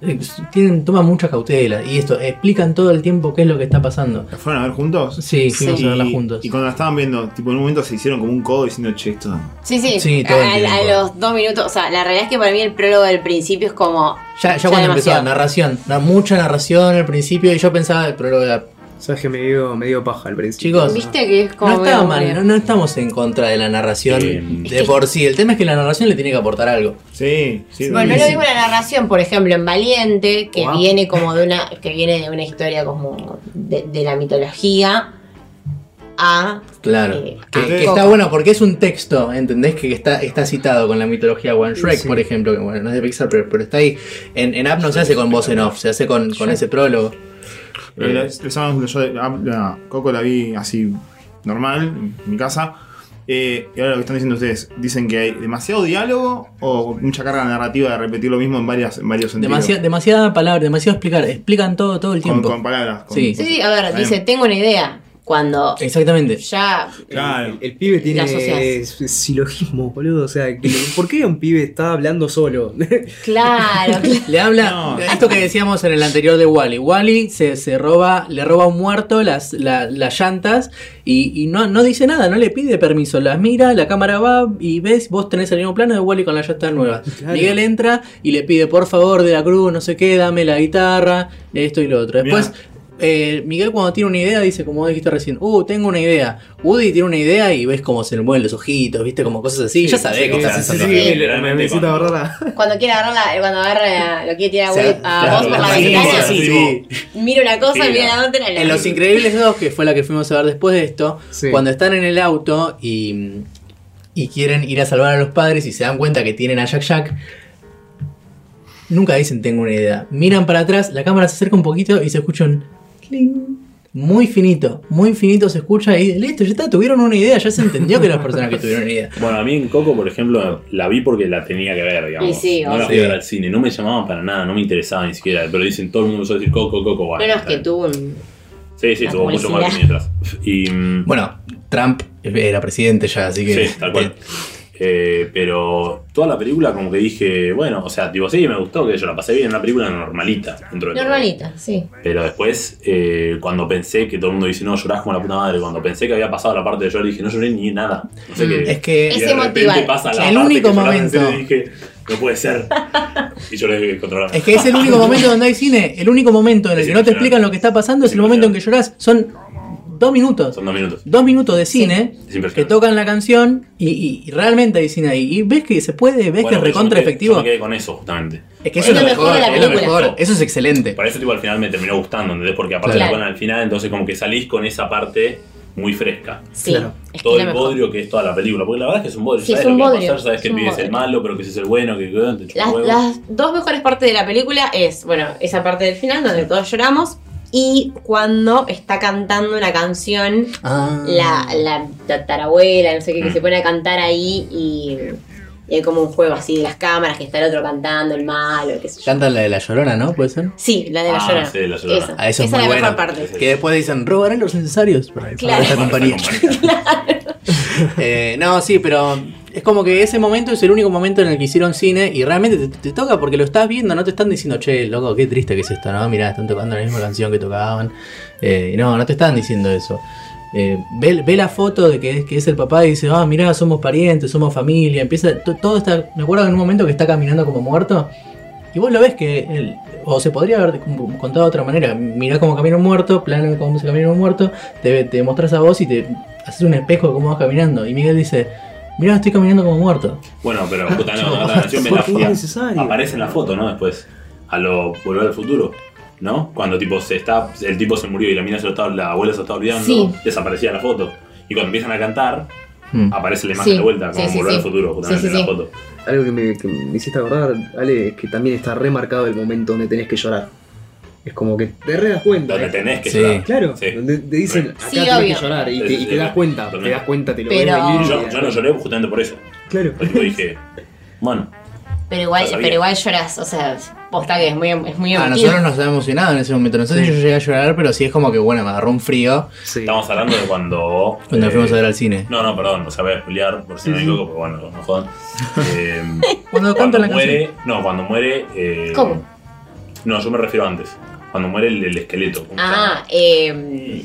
Speaker 5: eh, Tienen, toman mucha cautela y esto, explican todo el tiempo qué es lo que está pasando.
Speaker 6: ¿La fueron a ver juntos?
Speaker 5: Sí, fuimos
Speaker 6: Y-
Speaker 5: a verla juntos.
Speaker 6: Y cuando la estaban viendo, tipo en un momento se hicieron como un codo diciendo, che, esto.
Speaker 4: Sí, sí,
Speaker 5: Sí,
Speaker 4: a,
Speaker 5: todo el
Speaker 4: a- a
Speaker 5: tiempo.
Speaker 4: los dos minutos. O sea, la realidad es que para mí el prólogo del principio es como.
Speaker 5: Ya, ya cuando empezó la
Speaker 4: demasiado.
Speaker 5: narración, na- mucha narración al principio y yo pensaba, pero
Speaker 1: Sabes que me dio, me dio paja al principio.
Speaker 5: Chicos,
Speaker 4: Viste que es como.
Speaker 5: no está
Speaker 4: medio
Speaker 5: mal, no,
Speaker 4: aburrido.
Speaker 5: no estamos en contra de la narración
Speaker 3: Eh,
Speaker 5: de por sí. El tema es que la narración le tiene que aportar algo.
Speaker 6: Sí, sí.
Speaker 4: Bueno,
Speaker 6: sí.
Speaker 4: no lo digo en la narración, por ejemplo, en Valiente, que
Speaker 1: Guau.
Speaker 4: viene como de una. que viene de una historia como de, de la mitología a.
Speaker 5: Claro.
Speaker 4: eh,
Speaker 5: que,
Speaker 4: a
Speaker 5: que
Speaker 4: Coco.
Speaker 5: está bueno porque es un texto, ¿entendés? Que está, está citado con la mitología One Shrek, por ejemplo, que bueno, no es de Pixar, pero, pero está ahí. En, en App no se hace con voz en off, se hace con, con ese prólogo.
Speaker 6: Pero la- el sábado yo la, la- Coco la vi así normal, en mi casa. Eh, y ahora lo que están diciendo ustedes, dicen que hay demasiado diálogo o mucha carga narrativa de repetir lo mismo en, varias, en varios sentidos.
Speaker 5: Demasi- demasiada palabra, demasiado explicar, explican todo, todo el
Speaker 6: con,
Speaker 5: tiempo.
Speaker 6: con palabras. con-
Speaker 5: Sí.
Speaker 4: Sí, sí, a ver,
Speaker 6: Está
Speaker 4: dice,
Speaker 6: bien.
Speaker 4: tengo una idea. Cuando
Speaker 5: Exactamente.
Speaker 4: ya.
Speaker 6: Claro.
Speaker 1: Eh, El, el pibe tiene
Speaker 4: La asociás.
Speaker 1: eh, silogismo, boludo. O sea, que- ¿por qué un pibe está hablando solo?
Speaker 4: Claro, claro.
Speaker 5: Le habla
Speaker 6: No.
Speaker 5: esto que decíamos en el anterior de Wally. Wally se, se roba, le roba a un muerto las, la- las llantas y, y no, no dice nada, no le pide permiso. Las mira, la cámara va y ves, vos tenés el mismo plano de Wally con las llantas nuevas.
Speaker 1: Claro.
Speaker 5: Miguel entra y le pide por favor de la cruz, no sé qué, dame la guitarra, esto y lo otro. Después. eh, Miguel cuando tiene una idea dice, como vos dijiste recién, uh, tengo una idea. Woody tiene una idea y ves cómo se le mueven los ojitos, viste, como cosas así. ya sabés que
Speaker 3: sí,
Speaker 5: está
Speaker 3: sí,
Speaker 5: pensando.
Speaker 3: sí,
Speaker 5: en
Speaker 3: sí.
Speaker 5: él.
Speaker 1: me
Speaker 3: Literalmente
Speaker 1: necesita
Speaker 3: cuando-
Speaker 1: agarrarla.
Speaker 4: Cuando quiere agarrarla, cuando agarra, lo quiere tirar a,
Speaker 5: O sea,
Speaker 4: Will- a
Speaker 5: claro,
Speaker 4: Ah, vos por la
Speaker 5: sí,
Speaker 4: ventana,
Speaker 5: sí, sí.
Speaker 4: miro una cosa,
Speaker 3: Sí,
Speaker 4: miro
Speaker 3: no.
Speaker 4: la otra. la-
Speaker 5: En Los Increíbles 2, que fue la que fuimos a ver después de esto,
Speaker 1: Sí.
Speaker 5: cuando están en el auto y, y quieren ir a salvar a los padres y se dan cuenta que tienen a Jack Jack, nunca dicen tengo una idea. Miran para atrás, la cámara se acerca un poquito y se escucha un cling. Muy finito, muy finito se escucha y listo, ya está, tuvieron una idea, ya se entendió que las personas que tuvieron una idea.
Speaker 3: Bueno, a mí en Coco, por ejemplo, la vi porque la tenía que ver, digamos.
Speaker 4: Y sí,
Speaker 3: no
Speaker 4: o
Speaker 3: la
Speaker 4: sea.
Speaker 3: fui a ver al cine, no me llamaban para nada, no me interesaba ni siquiera. Pero dicen, todo el mundo empezó a decir Coco, Coco, bueno.
Speaker 4: Menos
Speaker 3: está
Speaker 4: que
Speaker 3: bien.
Speaker 4: tuvo un.
Speaker 3: Sí, sí,
Speaker 4: la
Speaker 3: tuvo mucho más que
Speaker 4: publicidad.
Speaker 3: atrás. Y. mm,
Speaker 5: Bueno, Trump era presidente ya, así que...
Speaker 3: Sí, tal cual. Eh, pero toda la película como que dije, bueno, o sea, tipo, sí, me gustó, que yo la pasé bien, una película normalita. Dentro de todo.
Speaker 4: Normalita, sí.
Speaker 3: Pero después, eh, cuando pensé que todo el mundo dice, no, llorás como la puta madre, cuando pensé que había pasado la parte de llorar, dije, no lloré ni nada. No sé
Speaker 4: Mm.
Speaker 3: qué.
Speaker 5: Es que...
Speaker 3: Y
Speaker 4: Es
Speaker 3: de repente
Speaker 4: emotiva.
Speaker 3: pasa la
Speaker 5: El
Speaker 3: parte
Speaker 5: único
Speaker 3: que llorás en
Speaker 5: momento.
Speaker 3: serio y dije, no puede ser. Y yo le controlar.
Speaker 5: Es que es el único momento donde hay cine, el único momento en el
Speaker 3: Es
Speaker 5: que no
Speaker 3: impresionante.
Speaker 5: te explican lo que está pasando es el momento en que llorás. Son dos minutos.
Speaker 3: Son dos minutos.
Speaker 5: Dos minutos de cine
Speaker 3: Es impresionante.
Speaker 5: que tocan la canción y, y- y realmente hay cine ahí. Y ves que se puede, ves
Speaker 3: Bueno, pero
Speaker 5: que es Eh,
Speaker 3: yo me
Speaker 5: recontra
Speaker 3: quedé-
Speaker 5: efectivo.
Speaker 3: Yo me quedé con eso, justamente.
Speaker 5: Es que
Speaker 4: Es
Speaker 5: eso es
Speaker 4: lo
Speaker 5: lo
Speaker 4: mejor
Speaker 5: mejor,
Speaker 4: de la
Speaker 5: es lo
Speaker 4: película.
Speaker 5: mejor. Eso es excelente.
Speaker 3: Por eso, tipo, al final me terminó gustando, ¿entendés? Porque aparte
Speaker 4: Claro.
Speaker 3: la ponen al final, entonces como que salís con esa parte muy fresca.
Speaker 4: Sí.
Speaker 1: Claro.
Speaker 4: Es que
Speaker 3: todo
Speaker 4: es
Speaker 3: el
Speaker 4: la mejor.
Speaker 3: bodrio que es toda la película. Porque la verdad es que es un bodrio.
Speaker 4: Sí,
Speaker 3: sabes
Speaker 4: es
Speaker 3: lo
Speaker 4: un
Speaker 3: que va a
Speaker 4: bodrio,
Speaker 3: pasar, sabes que el
Speaker 4: es un
Speaker 3: pibe es el
Speaker 4: bodrio.
Speaker 3: malo, pero que ese es el bueno, que te chupa
Speaker 4: Las,
Speaker 3: un huevo.
Speaker 4: las dos mejores partes de la película es, bueno, esa parte del final donde todos lloramos y cuando está cantando una canción
Speaker 5: Ah.
Speaker 4: la, la tatarabuela, no sé qué, que
Speaker 3: Mm.
Speaker 4: se pone a cantar ahí y, y hay como un juego así de las cámaras que está el otro cantando, el malo, qué sé yo.
Speaker 5: Cantan la de la llorona, ¿no? ¿Puede ser?
Speaker 4: Sí, la de la
Speaker 3: Ah,
Speaker 4: llorona.
Speaker 3: sí, la llorona.
Speaker 4: Esa,
Speaker 5: Ah, eso es
Speaker 4: Esa
Speaker 5: muy
Speaker 4: es la
Speaker 5: bueno.
Speaker 4: mejor parte.
Speaker 3: Sí.
Speaker 5: Que después dicen, robarán los necesarios para para
Speaker 4: Claro.
Speaker 5: esta compañía. Eh, no, sí, pero es como que ese momento es el único momento en el que hicieron cine y realmente te, te toca porque lo estás viendo, no te están diciendo, che, loco, qué triste que es esto, ¿no? Mirá, están tocando la misma canción que tocaban. Eh, no, no te están diciendo eso. Eh, ve, ve la foto de que es, que es el papá y dice, ah, mirá, somos parientes, somos familia. Empieza, to- todo está. Me acuerdo en un momento que está caminando como muerto y vos lo ves que él, o se podría haber com- contado de otra manera. Mirá cómo camina un muerto, plano cómo se camina un muerto, te, te mostrás a vos y te haces un espejo de cómo vas caminando. Y Miguel dice, mirá, estoy caminando como muerto.
Speaker 3: Bueno, pero justamente cuando canta la canción ves
Speaker 1: ¿por
Speaker 3: la
Speaker 1: qué
Speaker 3: foto.
Speaker 1: es necesario?
Speaker 3: Aparece en la foto, ¿no? Después. A lo volver al futuro. ¿No? Cuando tipo se está. El tipo se murió y la mina se lo estaba, la abuela se lo estaba olvidando.
Speaker 4: Sí.
Speaker 3: Desaparecía la foto. Y cuando empiezan a cantar,
Speaker 5: Mm.
Speaker 3: aparece la imagen
Speaker 4: Sí.
Speaker 3: de vuelta, como
Speaker 4: Sí, sí,
Speaker 3: volver
Speaker 4: sí.
Speaker 3: al futuro, justamente
Speaker 4: Sí, sí,
Speaker 3: en la
Speaker 4: sí.
Speaker 3: foto.
Speaker 1: Algo que me, que me hiciste acordar, Ale, es que también está remarcado el momento donde tenés que llorar. Es como que te re das cuenta.
Speaker 3: Donde
Speaker 1: eh.
Speaker 3: tenés que
Speaker 5: Sí.
Speaker 3: llorar.
Speaker 1: Claro,
Speaker 3: Sí.
Speaker 1: donde te dicen acá
Speaker 4: Sí,
Speaker 1: tenés
Speaker 4: obvio.
Speaker 1: que llorar y
Speaker 3: Sí,
Speaker 1: te,
Speaker 3: sí,
Speaker 1: y te
Speaker 3: sí,
Speaker 1: das cuenta, te
Speaker 3: totalmente.
Speaker 1: das cuenta, te lo
Speaker 4: Pero-
Speaker 1: ves venir. y
Speaker 3: Yo,
Speaker 1: te das
Speaker 3: yo no lloré justamente por eso.
Speaker 1: Claro.
Speaker 3: Pero tipo dije, bueno,
Speaker 4: Pero igual,
Speaker 3: Lo sabía.
Speaker 4: pero igual lloras, o sea, posta que es muy, es muy
Speaker 3: Ah,
Speaker 5: A
Speaker 4: emotivo.
Speaker 5: nosotros nos ha emocionado en ese momento. No sé si
Speaker 1: Sí.
Speaker 5: yo llegué a llorar, pero sí es como que, bueno, me agarró un frío
Speaker 1: Sí.
Speaker 3: estamos hablando de cuando.
Speaker 5: cuando
Speaker 3: eh,
Speaker 5: fuimos a ver al cine.
Speaker 3: No, no, perdón, o sea, voy a spoilear por si no me equivoco, pero bueno, no jodan. Eh,
Speaker 5: Cuando
Speaker 3: cuando
Speaker 5: cantan la canción.
Speaker 3: muere, no, cuando muere. eh,
Speaker 4: ¿Cómo?
Speaker 3: No, yo me refiero a antes. Cuando muere el, el esqueleto. ¿cómo se
Speaker 4: Ah,
Speaker 3: llama?
Speaker 4: eh,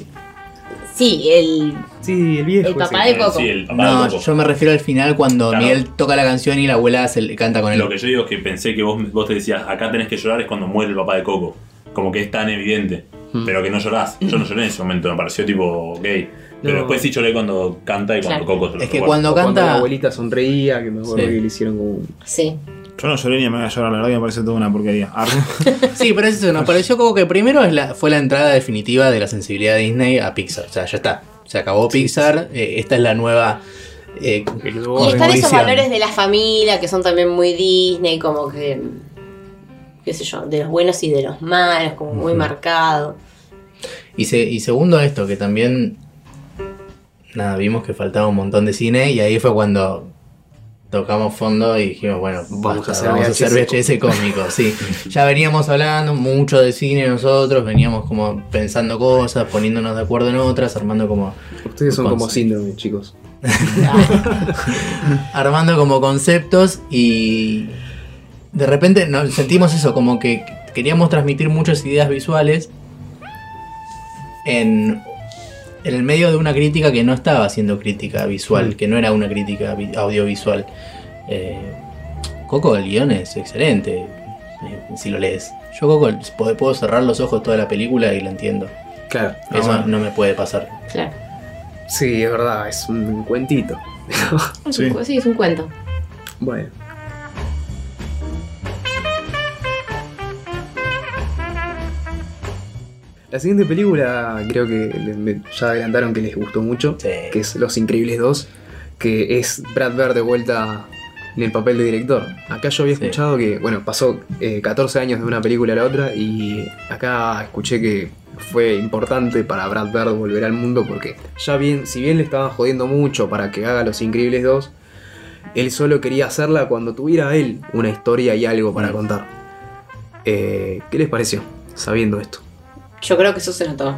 Speaker 4: sí, el,
Speaker 1: Sí, el viejo.
Speaker 4: el
Speaker 1: ese.
Speaker 4: papá de Coco.
Speaker 3: Eh, Sí, el papá
Speaker 5: No,
Speaker 3: de Coco.
Speaker 5: yo me refiero al final cuando
Speaker 3: Claro.
Speaker 5: Miguel toca la canción y la abuela se le canta con él.
Speaker 3: Lo que yo digo es que pensé que vos, vos te decías, acá tenés que llorar es cuando muere el papá de Coco. Como que es tan evidente.
Speaker 5: Mm.
Speaker 3: Pero que no llorás.
Speaker 4: Mm.
Speaker 3: Yo no lloré en ese momento, me pareció tipo gay. Pero
Speaker 1: No.
Speaker 3: después sí lloré cuando canta y cuando
Speaker 4: Claro.
Speaker 3: Coco se lo
Speaker 5: Es que
Speaker 3: recuerda.
Speaker 5: cuando
Speaker 1: O Cuando la
Speaker 5: canta...
Speaker 1: abuelita sonreía, que me acuerdo
Speaker 5: Sí.
Speaker 1: que le hicieron como un-
Speaker 4: Sí.
Speaker 6: Yo no lloré ni me voy a llorar, la verdad que me parece toda una porquería. Ah, Arre.
Speaker 5: Sí, pero es eso, nos pareció como que primero es la- fue la entrada definitiva de la sensibilidad de Disney a Pixar. O sea, ya está. Se acabó Pixar, eh, esta es la nueva. eh,
Speaker 4: Y están
Speaker 5: Como
Speaker 4: esos
Speaker 5: dicen.
Speaker 4: valores de la familia que son también muy Disney, como que, qué sé yo, de los buenos y de los malos, como muy marcado.
Speaker 5: y, se- y segundo, esto, que también. Nada, vimos que faltaba un montón de cine y ahí fue cuando tocamos fondo y dijimos, bueno, vamos a hacer, vamos a hacer VHS cómico, sí. Ya veníamos hablando mucho de cine nosotros, veníamos como pensando cosas, poniéndonos de acuerdo en otras, armando como
Speaker 1: Ustedes son como
Speaker 5: Concepto.
Speaker 1: síndrome, chicos.
Speaker 5: armando como conceptos y de repente nos sentimos eso, como que queríamos transmitir muchas ideas visuales en, en el medio de una crítica que no estaba siendo crítica visual, que no era una crítica vi- audiovisual. Eh, Coco, el guión es excelente, eh, si lo lees. Yo Coco, puedo puedo cerrar los ojos toda la película y la entiendo.
Speaker 1: Claro.
Speaker 5: Eso
Speaker 6: bueno.
Speaker 5: no me puede pasar.
Speaker 4: Claro.
Speaker 1: Sí, es verdad, es un cuentito.
Speaker 4: Es
Speaker 6: Sí.
Speaker 4: un cu- sí, es un cuento.
Speaker 1: Bueno. La siguiente película creo que le- me- ya adelantaron que les gustó mucho,
Speaker 5: Sí.
Speaker 1: que es Los Increíbles 2, que es Brad Bird de vuelta en el papel de director. Acá yo había
Speaker 5: Sí.
Speaker 1: escuchado que, bueno, pasó eh, 14 años de una película a la otra y acá escuché que fue importante para Brad Bird volver al mundo porque ya bien, si bien le estaban jodiendo mucho para que haga Los Increíbles 2, él solo quería hacerla cuando tuviera él una historia y algo para contar. Eh, ¿Qué les pareció sabiendo esto?
Speaker 4: Yo creo que eso se notó.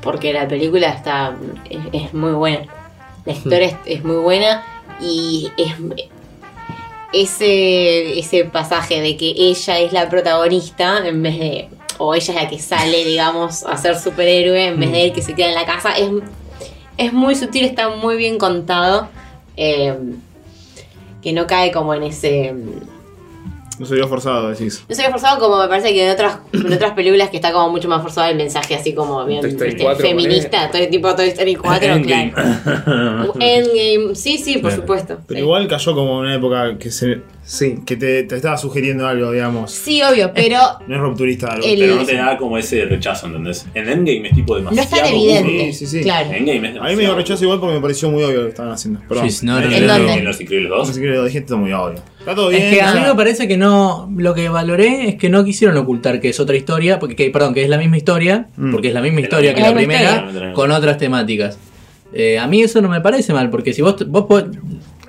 Speaker 4: Porque la película está. es, es muy buena. La historia es, es muy buena y es. Ese, ese pasaje de que ella es la protagonista en vez de. o ella es la que sale, digamos, a ser superhéroe en vez de él que se queda en la casa. Es, es muy sutil, está muy bien contado. eh, que no cae como en ese.
Speaker 6: No se vio forzado, decís.
Speaker 4: No se ve forzado como me parece que en otras, en otras películas que está como mucho más forzado el mensaje así como bien
Speaker 1: Toy Story
Speaker 4: viste,
Speaker 1: 4,
Speaker 4: feminista, todo tipo Toy Story 4,
Speaker 3: Endgame.
Speaker 4: claro. Endgame, sí, sí, por
Speaker 5: Claro.
Speaker 4: supuesto.
Speaker 6: Pero
Speaker 4: sí.
Speaker 6: igual cayó como en una época que se
Speaker 1: Sí.
Speaker 6: que te, te estaba sugiriendo algo, digamos.
Speaker 4: Sí, obvio, pero
Speaker 6: No es rupturista algo.
Speaker 4: El-
Speaker 3: Pero no te da como ese rechazo, ¿entendés? En Endgame es tipo
Speaker 4: no es
Speaker 3: demasiado.
Speaker 4: tan evidente.
Speaker 6: sí, sí.
Speaker 4: Claro.
Speaker 3: Endgame es demasiado.
Speaker 6: A mí me dio rechazo igual porque me pareció muy obvio lo que estaban haciendo. Perdón.
Speaker 5: Sí, no,
Speaker 3: En,
Speaker 5: no,
Speaker 4: ¿En
Speaker 5: no,
Speaker 4: dónde?
Speaker 5: no.
Speaker 3: en Los Increíbles
Speaker 6: No
Speaker 3: 2.
Speaker 6: sé qué lo dije, esto es muy obvio. Está todo bien.
Speaker 5: Es que a mí
Speaker 6: nada.
Speaker 5: me parece que no. Lo que valoré es que no quisieron ocultar que es otra historia, porque que, perdón, que es la misma historia,
Speaker 6: Mm.
Speaker 5: porque es la misma
Speaker 3: Es la
Speaker 5: historia que
Speaker 4: misma
Speaker 5: la primera,
Speaker 3: historia.
Speaker 5: con otras temáticas. Eh, a mí eso no me parece mal, porque si vos, vos pod-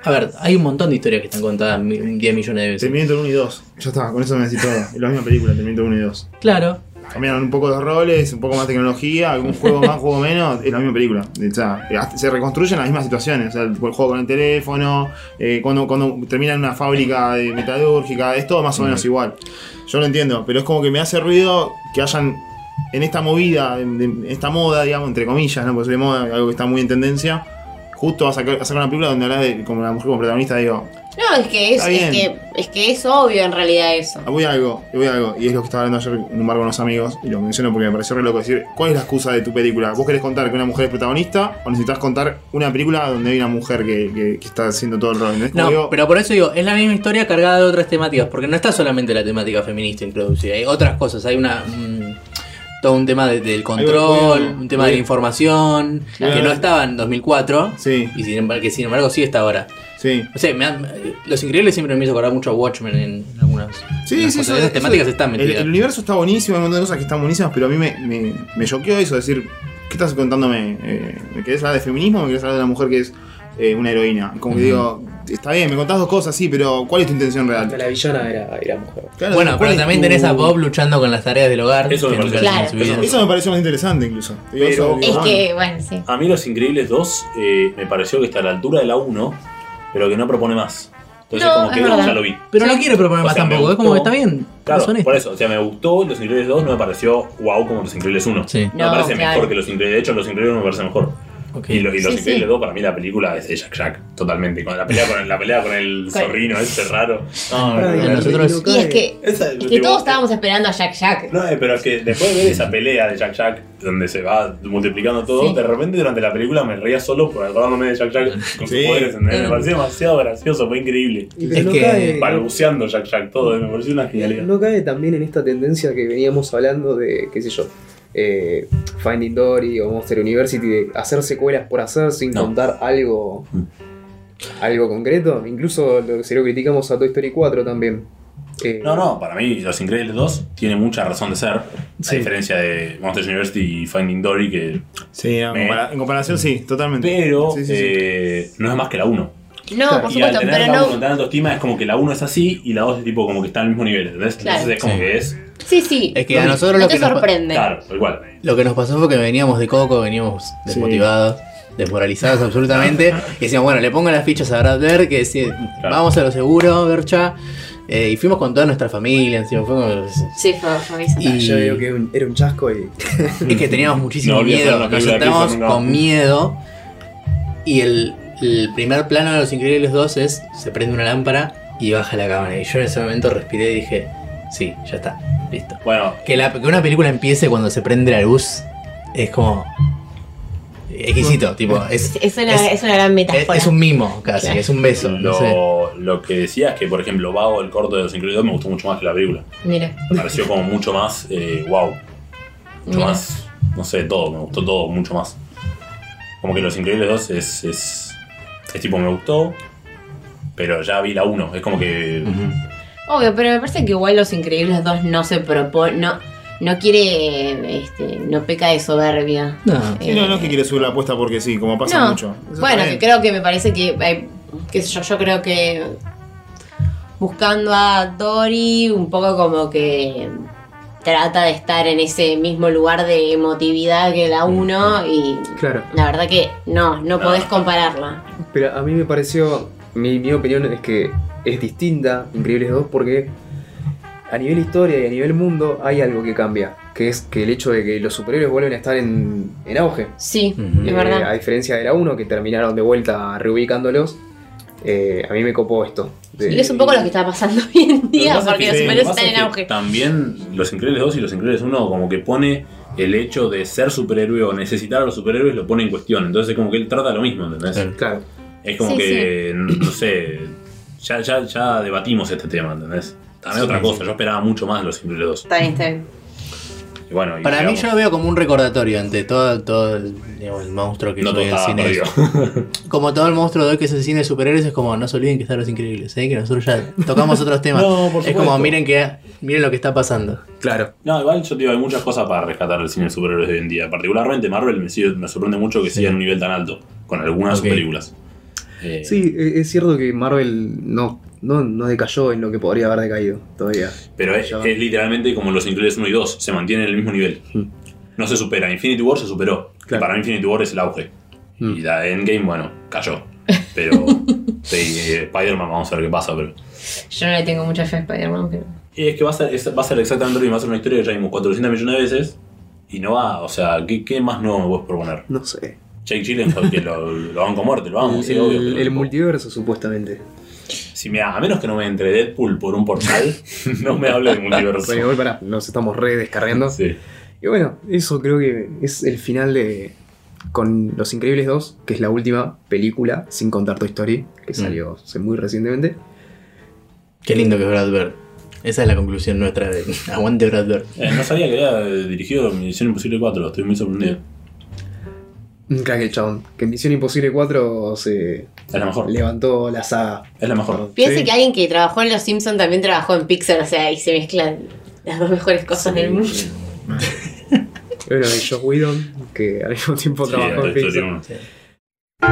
Speaker 5: A ver, hay un montón de historias que están contadas mi- 10 millones de veces.
Speaker 6: Terminator 1 y 2. Ya está, con eso me decís todo. Es la misma película, Terminator 1 y 2.
Speaker 5: Claro,
Speaker 6: Cambiaron un poco los roles, un poco más tecnología, algún juego más, juego menos. Es la misma película. O sea, hasta se reconstruyen las mismas situaciones. O sea, el juego con el teléfono, eh, cuando, cuando termina en una fábrica de metalúrgica, es todo más o menos igual. Yo lo entiendo, pero es como que me hace ruido que hayan en esta movida, en, en esta moda, digamos, entre comillas, ¿no? Porque soy de moda, algo que está muy en tendencia. Justo a sacar, a sacar una película donde hablas de como la mujer como protagonista, digo,
Speaker 4: No, es que es,
Speaker 6: Está
Speaker 4: es
Speaker 6: bien.
Speaker 4: que es que es obvio en realidad eso.
Speaker 6: Ah, Voy a algo, voy a algo, y es lo que estaba hablando ayer en un bar con unos amigos, y lo menciono porque me pareció re loco decir, ¿cuál es la excusa de tu película? ¿Vos querés contar que una mujer es protagonista o necesitas contar una película donde hay una mujer que, que- que está haciendo todo el rol? ¿entendés? Como
Speaker 5: no,
Speaker 6: digo,
Speaker 5: pero por eso digo, es la misma historia cargada de otras temáticas, porque no está solamente la temática feminista introducida, hay otras cosas, hay una. mm, todo un tema de- del control,
Speaker 6: cuidado.
Speaker 5: un tema de la
Speaker 6: Cuidado.
Speaker 5: información, que
Speaker 6: Cuidado.
Speaker 5: no estaba en 2004,
Speaker 6: Sí,
Speaker 5: y sin embargo, que sin embargo sí está ahora.
Speaker 6: sí.
Speaker 5: No sé, me han- Los Increíbles siempre me hizo acordar mucho a Watchmen en algunas. en
Speaker 6: Sí,
Speaker 5: las
Speaker 6: sí,
Speaker 5: cosas.
Speaker 6: eso-
Speaker 5: Esas
Speaker 6: eso-
Speaker 5: temáticas están
Speaker 6: el,
Speaker 5: metidas.
Speaker 6: el universo está buenísimo, hay un montón de cosas que están buenísimas, pero a mí me, me, me choqueó eso, decir, ¿qué estás contándome? Eh, ¿Me querés hablar de feminismo o me querés hablar de una mujer que es eh, una heroína? Como que digo, está bien, me contás dos cosas, sí, pero ¿cuál es tu intención real?
Speaker 1: La villana era, mujer.
Speaker 6: Claro,
Speaker 5: bueno,
Speaker 6: ¿cuál
Speaker 5: pero
Speaker 6: es
Speaker 5: también
Speaker 6: tu-
Speaker 5: tenés a Bob luchando con las tareas del hogar.
Speaker 3: Eso me
Speaker 5: que nunca
Speaker 3: parece-
Speaker 5: hacen en su
Speaker 3: Claro,
Speaker 5: vida.
Speaker 3: eso-
Speaker 6: Eso me pareció más interesante incluso. Digo,
Speaker 1: Pero-
Speaker 6: eso, digo,
Speaker 4: Es
Speaker 6: ah,
Speaker 4: que, bueno, sí.
Speaker 3: A mí Los Increíbles 2 eh, me pareció que está a la altura de la 1, pero que no propone más. Entonces,
Speaker 4: No,
Speaker 3: como
Speaker 4: es
Speaker 3: que
Speaker 4: verdad.
Speaker 3: ya lo vi.
Speaker 5: Pero no quiero proponer
Speaker 3: O
Speaker 5: más
Speaker 3: sea, me
Speaker 5: tampoco, es como que
Speaker 3: gustó.
Speaker 5: está bien.
Speaker 3: Claro,
Speaker 5: son
Speaker 3: por eso, o sea, me gustó Los Increíbles 2, no me pareció wow como Los Increíbles 1.
Speaker 5: Sí.
Speaker 3: No,
Speaker 4: No,
Speaker 3: me parece
Speaker 4: claro.
Speaker 3: mejor que Los Increíbles, de hecho Los Increíbles 1 me parece mejor.
Speaker 5: Ok.
Speaker 3: Y, lo- y Los
Speaker 4: Sí,
Speaker 3: Increíbles
Speaker 4: sí.
Speaker 3: 2 para mí la película es de Jack Jack, totalmente. Con la pelea con el, la pelea con el
Speaker 4: Con-
Speaker 3: zorrino ese raro.
Speaker 5: No, no, no,
Speaker 1: Ay,
Speaker 5: nosotros.
Speaker 4: Y es que,
Speaker 3: Esa-
Speaker 4: es que
Speaker 3: tipo,
Speaker 4: todos
Speaker 5: eh,
Speaker 4: estábamos esperando a Jack Jack.
Speaker 3: No, eh, pero es que después de ver esa pelea de Jack Jack, donde se va multiplicando todo,
Speaker 4: Sí.
Speaker 3: de repente durante la película me reía solo por acordándome de Jack Jack con sus
Speaker 6: Sí.
Speaker 3: poderes. ¿entendés? Me pareció demasiado gracioso, fue increíble.
Speaker 5: Es que-
Speaker 3: Balbuceando Jack Jack todo, me pareció una genialidad.
Speaker 1: ¿No cae también en esta tendencia que veníamos hablando de, qué sé yo, eh, Finding Dory o Monster University, de hacer secuelas por hacer sin
Speaker 3: No.
Speaker 1: contar algo, algo concreto? Incluso lo, se lo criticamos a Toy Story 4 también. Eh,
Speaker 3: No, no, para mí Los Increíbles 2 tiene mucha razón de ser,
Speaker 1: Sí.
Speaker 3: a diferencia de Monsters University y Finding Dory, que...
Speaker 6: Sí, en,
Speaker 3: Eh.
Speaker 6: compara- Mm. en comparación sí, totalmente.
Speaker 3: Pero
Speaker 6: Sí, sí, sí.
Speaker 3: eh, no es más que la 1.
Speaker 4: No, por
Speaker 3: y al
Speaker 4: supuesto,
Speaker 3: tener
Speaker 4: pero
Speaker 3: la
Speaker 4: no.
Speaker 3: 1 tanto estima, es como que la 1 es así y la 2 es tipo como que está al mismo nivel, ¿entendés?
Speaker 4: Claro.
Speaker 3: Entonces es como
Speaker 5: Sí.
Speaker 3: que es...
Speaker 4: Sí, sí.
Speaker 5: Es que a
Speaker 4: No-
Speaker 5: nosotros
Speaker 4: no
Speaker 5: lo
Speaker 4: te
Speaker 5: que nos-
Speaker 4: sorprende.
Speaker 3: Claro, igual.
Speaker 5: Lo que nos pasó fue que veníamos de coco, veníamos desmotivados, desmoralizados absolutamente. Y decíamos, bueno, le pongo las fichas a Brad Bird, que si- vamos a lo seguro, Bercha. Eh, y fuimos con toda nuestra familia, encima fue como-
Speaker 4: Sí, fue, fue eso.
Speaker 5: Y-
Speaker 1: Ah, Yo digo que era un- era un chasco y
Speaker 5: Es que teníamos muchísimo
Speaker 3: No, olvidé hacer
Speaker 5: miedo,
Speaker 3: una
Speaker 5: nos
Speaker 3: película de
Speaker 5: sentamos
Speaker 3: Pixar, no.
Speaker 5: con miedo. Y el, el primer plano de Los Increíbles 2 es, se prende una lámpara y baja la cámara. Y yo en ese momento respiré y dije, sí, ya está, listo.
Speaker 3: Bueno,
Speaker 5: Que, la- que una película empiece cuando se prende la luz es como.
Speaker 4: Mm.
Speaker 5: exquisito, tipo. Es,
Speaker 4: Es una, es, una gran
Speaker 5: es-
Speaker 4: metáfora.
Speaker 5: es un mimo casi,
Speaker 4: Claro.
Speaker 5: es un beso. No sé.
Speaker 3: Lo, lo que decía es que, por ejemplo, Vago, el corto de los incluidos, me gustó mucho más que la película.
Speaker 4: Mira.
Speaker 3: Me pareció como mucho más, eh, wow. Mucho
Speaker 4: Mira.
Speaker 3: más, no sé, todo, me gustó todo, mucho más. Como que Los Increíbles 2 es, es, es tipo, me gustó, pero ya vi la 1. Es como que
Speaker 4: Obvio, pero me parece que igual Los Increíbles 2 no se propone. No, no quiere. eh, Este, no peca de soberbia.
Speaker 5: No.
Speaker 6: Sí, no, no es que
Speaker 4: Eh,
Speaker 6: quiere subir la apuesta porque sí, como pasa
Speaker 4: no.
Speaker 6: mucho. Eso
Speaker 4: Bueno,
Speaker 6: está
Speaker 4: que
Speaker 6: bien.
Speaker 4: creo que me parece que. hay- qué sé yo, yo creo que. Buscando a Dory, un poco como que. Trata de estar en ese mismo lugar de emotividad que la 1 y.
Speaker 1: Claro.
Speaker 4: La verdad que no,
Speaker 3: Ah.
Speaker 4: no podés compararla.
Speaker 1: Pero a mí me pareció, mi, mi opinión es que es distinta Increíbles 2 porque a nivel historia y a nivel mundo hay algo que cambia, que es que el hecho de que los superhéroes vuelven a estar en, en auge.
Speaker 4: Sí,
Speaker 5: Ujú.
Speaker 1: Eh,
Speaker 4: es
Speaker 1: A
Speaker 4: verdad.
Speaker 1: diferencia de la 1, que terminaron de vuelta reubicándolos, eh, a mí me copó esto. De-
Speaker 4: Y es un poco lo que está pasando hoy en
Speaker 3: Lo que
Speaker 4: día,
Speaker 3: pasa
Speaker 4: porque
Speaker 3: es
Speaker 4: los
Speaker 3: que-
Speaker 4: superhéroes
Speaker 3: lo que
Speaker 4: están en
Speaker 3: pasa es que
Speaker 4: auge.
Speaker 3: También Los Increíbles 2 y Los Increíbles 1 como que pone el hecho de ser superhéroe o necesitar a los superhéroes lo pone en cuestión. Entonces es como que él trata lo mismo, ¿entendés?
Speaker 5: Claro.
Speaker 1: Claro.
Speaker 3: Es como
Speaker 4: Sí,
Speaker 3: que, no sé, ya, ya, ya debatimos este tema, ¿entendés? También otra cosa, yo esperaba mucho más de Los Increíbles 2.
Speaker 4: Está bien, está bien.
Speaker 3: Y bueno, y
Speaker 5: Para mí
Speaker 3: digamos,
Speaker 5: yo lo veo como un recordatorio ante todo, todo el, digamos, el monstruo que
Speaker 3: no
Speaker 5: yo
Speaker 3: todo
Speaker 5: veo en
Speaker 3: estaba
Speaker 5: cine.
Speaker 3: perdido.
Speaker 5: Como todo el monstruo de hoy que es el cine de superhéroes, es como, no se olviden que están los increíbles, ¿eh? que nosotros ya tocamos otros temas.
Speaker 3: No, por
Speaker 5: es
Speaker 3: supuesto.
Speaker 5: como, miren que miren lo que está pasando.
Speaker 1: Claro.
Speaker 3: No, igual yo te digo, hay muchas cosas para rescatar el cine de superhéroes de hoy en día. Particularmente Marvel me, sigue- me sorprende mucho que siga en un nivel tan alto con algunas
Speaker 5: Ok.
Speaker 3: sus películas. Eh,
Speaker 1: Sí, e- es cierto que Marvel no, no, no decayó en lo que podría haber decaído todavía.
Speaker 3: Pero es,
Speaker 1: Ya va.
Speaker 3: es literalmente como los Increíbles 1 y 2, se mantiene en el mismo nivel. No se supera. Infinity War se superó. Y
Speaker 1: Hmm. Claro.
Speaker 3: para mí Infinity War es el auge.
Speaker 1: Mm.
Speaker 3: Y la Endgame, bueno, cayó. Pero sí, eh, Spider-Man, vamos a ver qué pasa. Pero...
Speaker 4: Yo no le tengo mucha fe a Spider-Man, pero.
Speaker 3: Y es que va a, ser, es- va a ser exactamente lo mismo. Va a ser una historia que ya vimos 400 millones de veces. Y no va, o sea, ¿qué, qué más no me puedes proponer?
Speaker 1: No sé.
Speaker 3: Jake Gyllenhaal, que lo, lo banco a muerte, lo vamos, sí,
Speaker 1: el,
Speaker 3: obvio.
Speaker 1: el-
Speaker 3: pero-
Speaker 1: el multiverso, supuestamente.
Speaker 3: Si me, a menos que no me entre Deadpool por un portal, no me hable de multiverso.
Speaker 1: Bueno, igual pará, nos estamos re descargando.
Speaker 3: Sí.
Speaker 1: Y bueno, eso creo que es el final de. Con Los Increíbles 2, que es la última película, sin contar Toy Story,
Speaker 3: Mm.
Speaker 1: que salió hace muy recientemente.
Speaker 5: Qué lindo que es Brad Bird. Esa es la conclusión nuestra de Aguante Brad Bird.
Speaker 3: Eh, no sabía que había eh, dirigido Misión Imposible 4, estoy muy sorprendido.
Speaker 1: Un Crack el chabón. Que en Misión Imposible 4 se
Speaker 3: Es la mejor.
Speaker 1: levantó la saga.
Speaker 3: Es la mejor.
Speaker 4: Piense
Speaker 1: Sí.
Speaker 4: que alguien que trabajó en Los Simpsons también trabajó en Pixar, o sea, y se mezclan las dos mejores cosas del mundo.
Speaker 1: Bueno, y Josh Whedon, que al mismo tiempo
Speaker 3: Sí,
Speaker 1: trabajó en
Speaker 3: Toy Story
Speaker 1: Pixar.
Speaker 3: 1.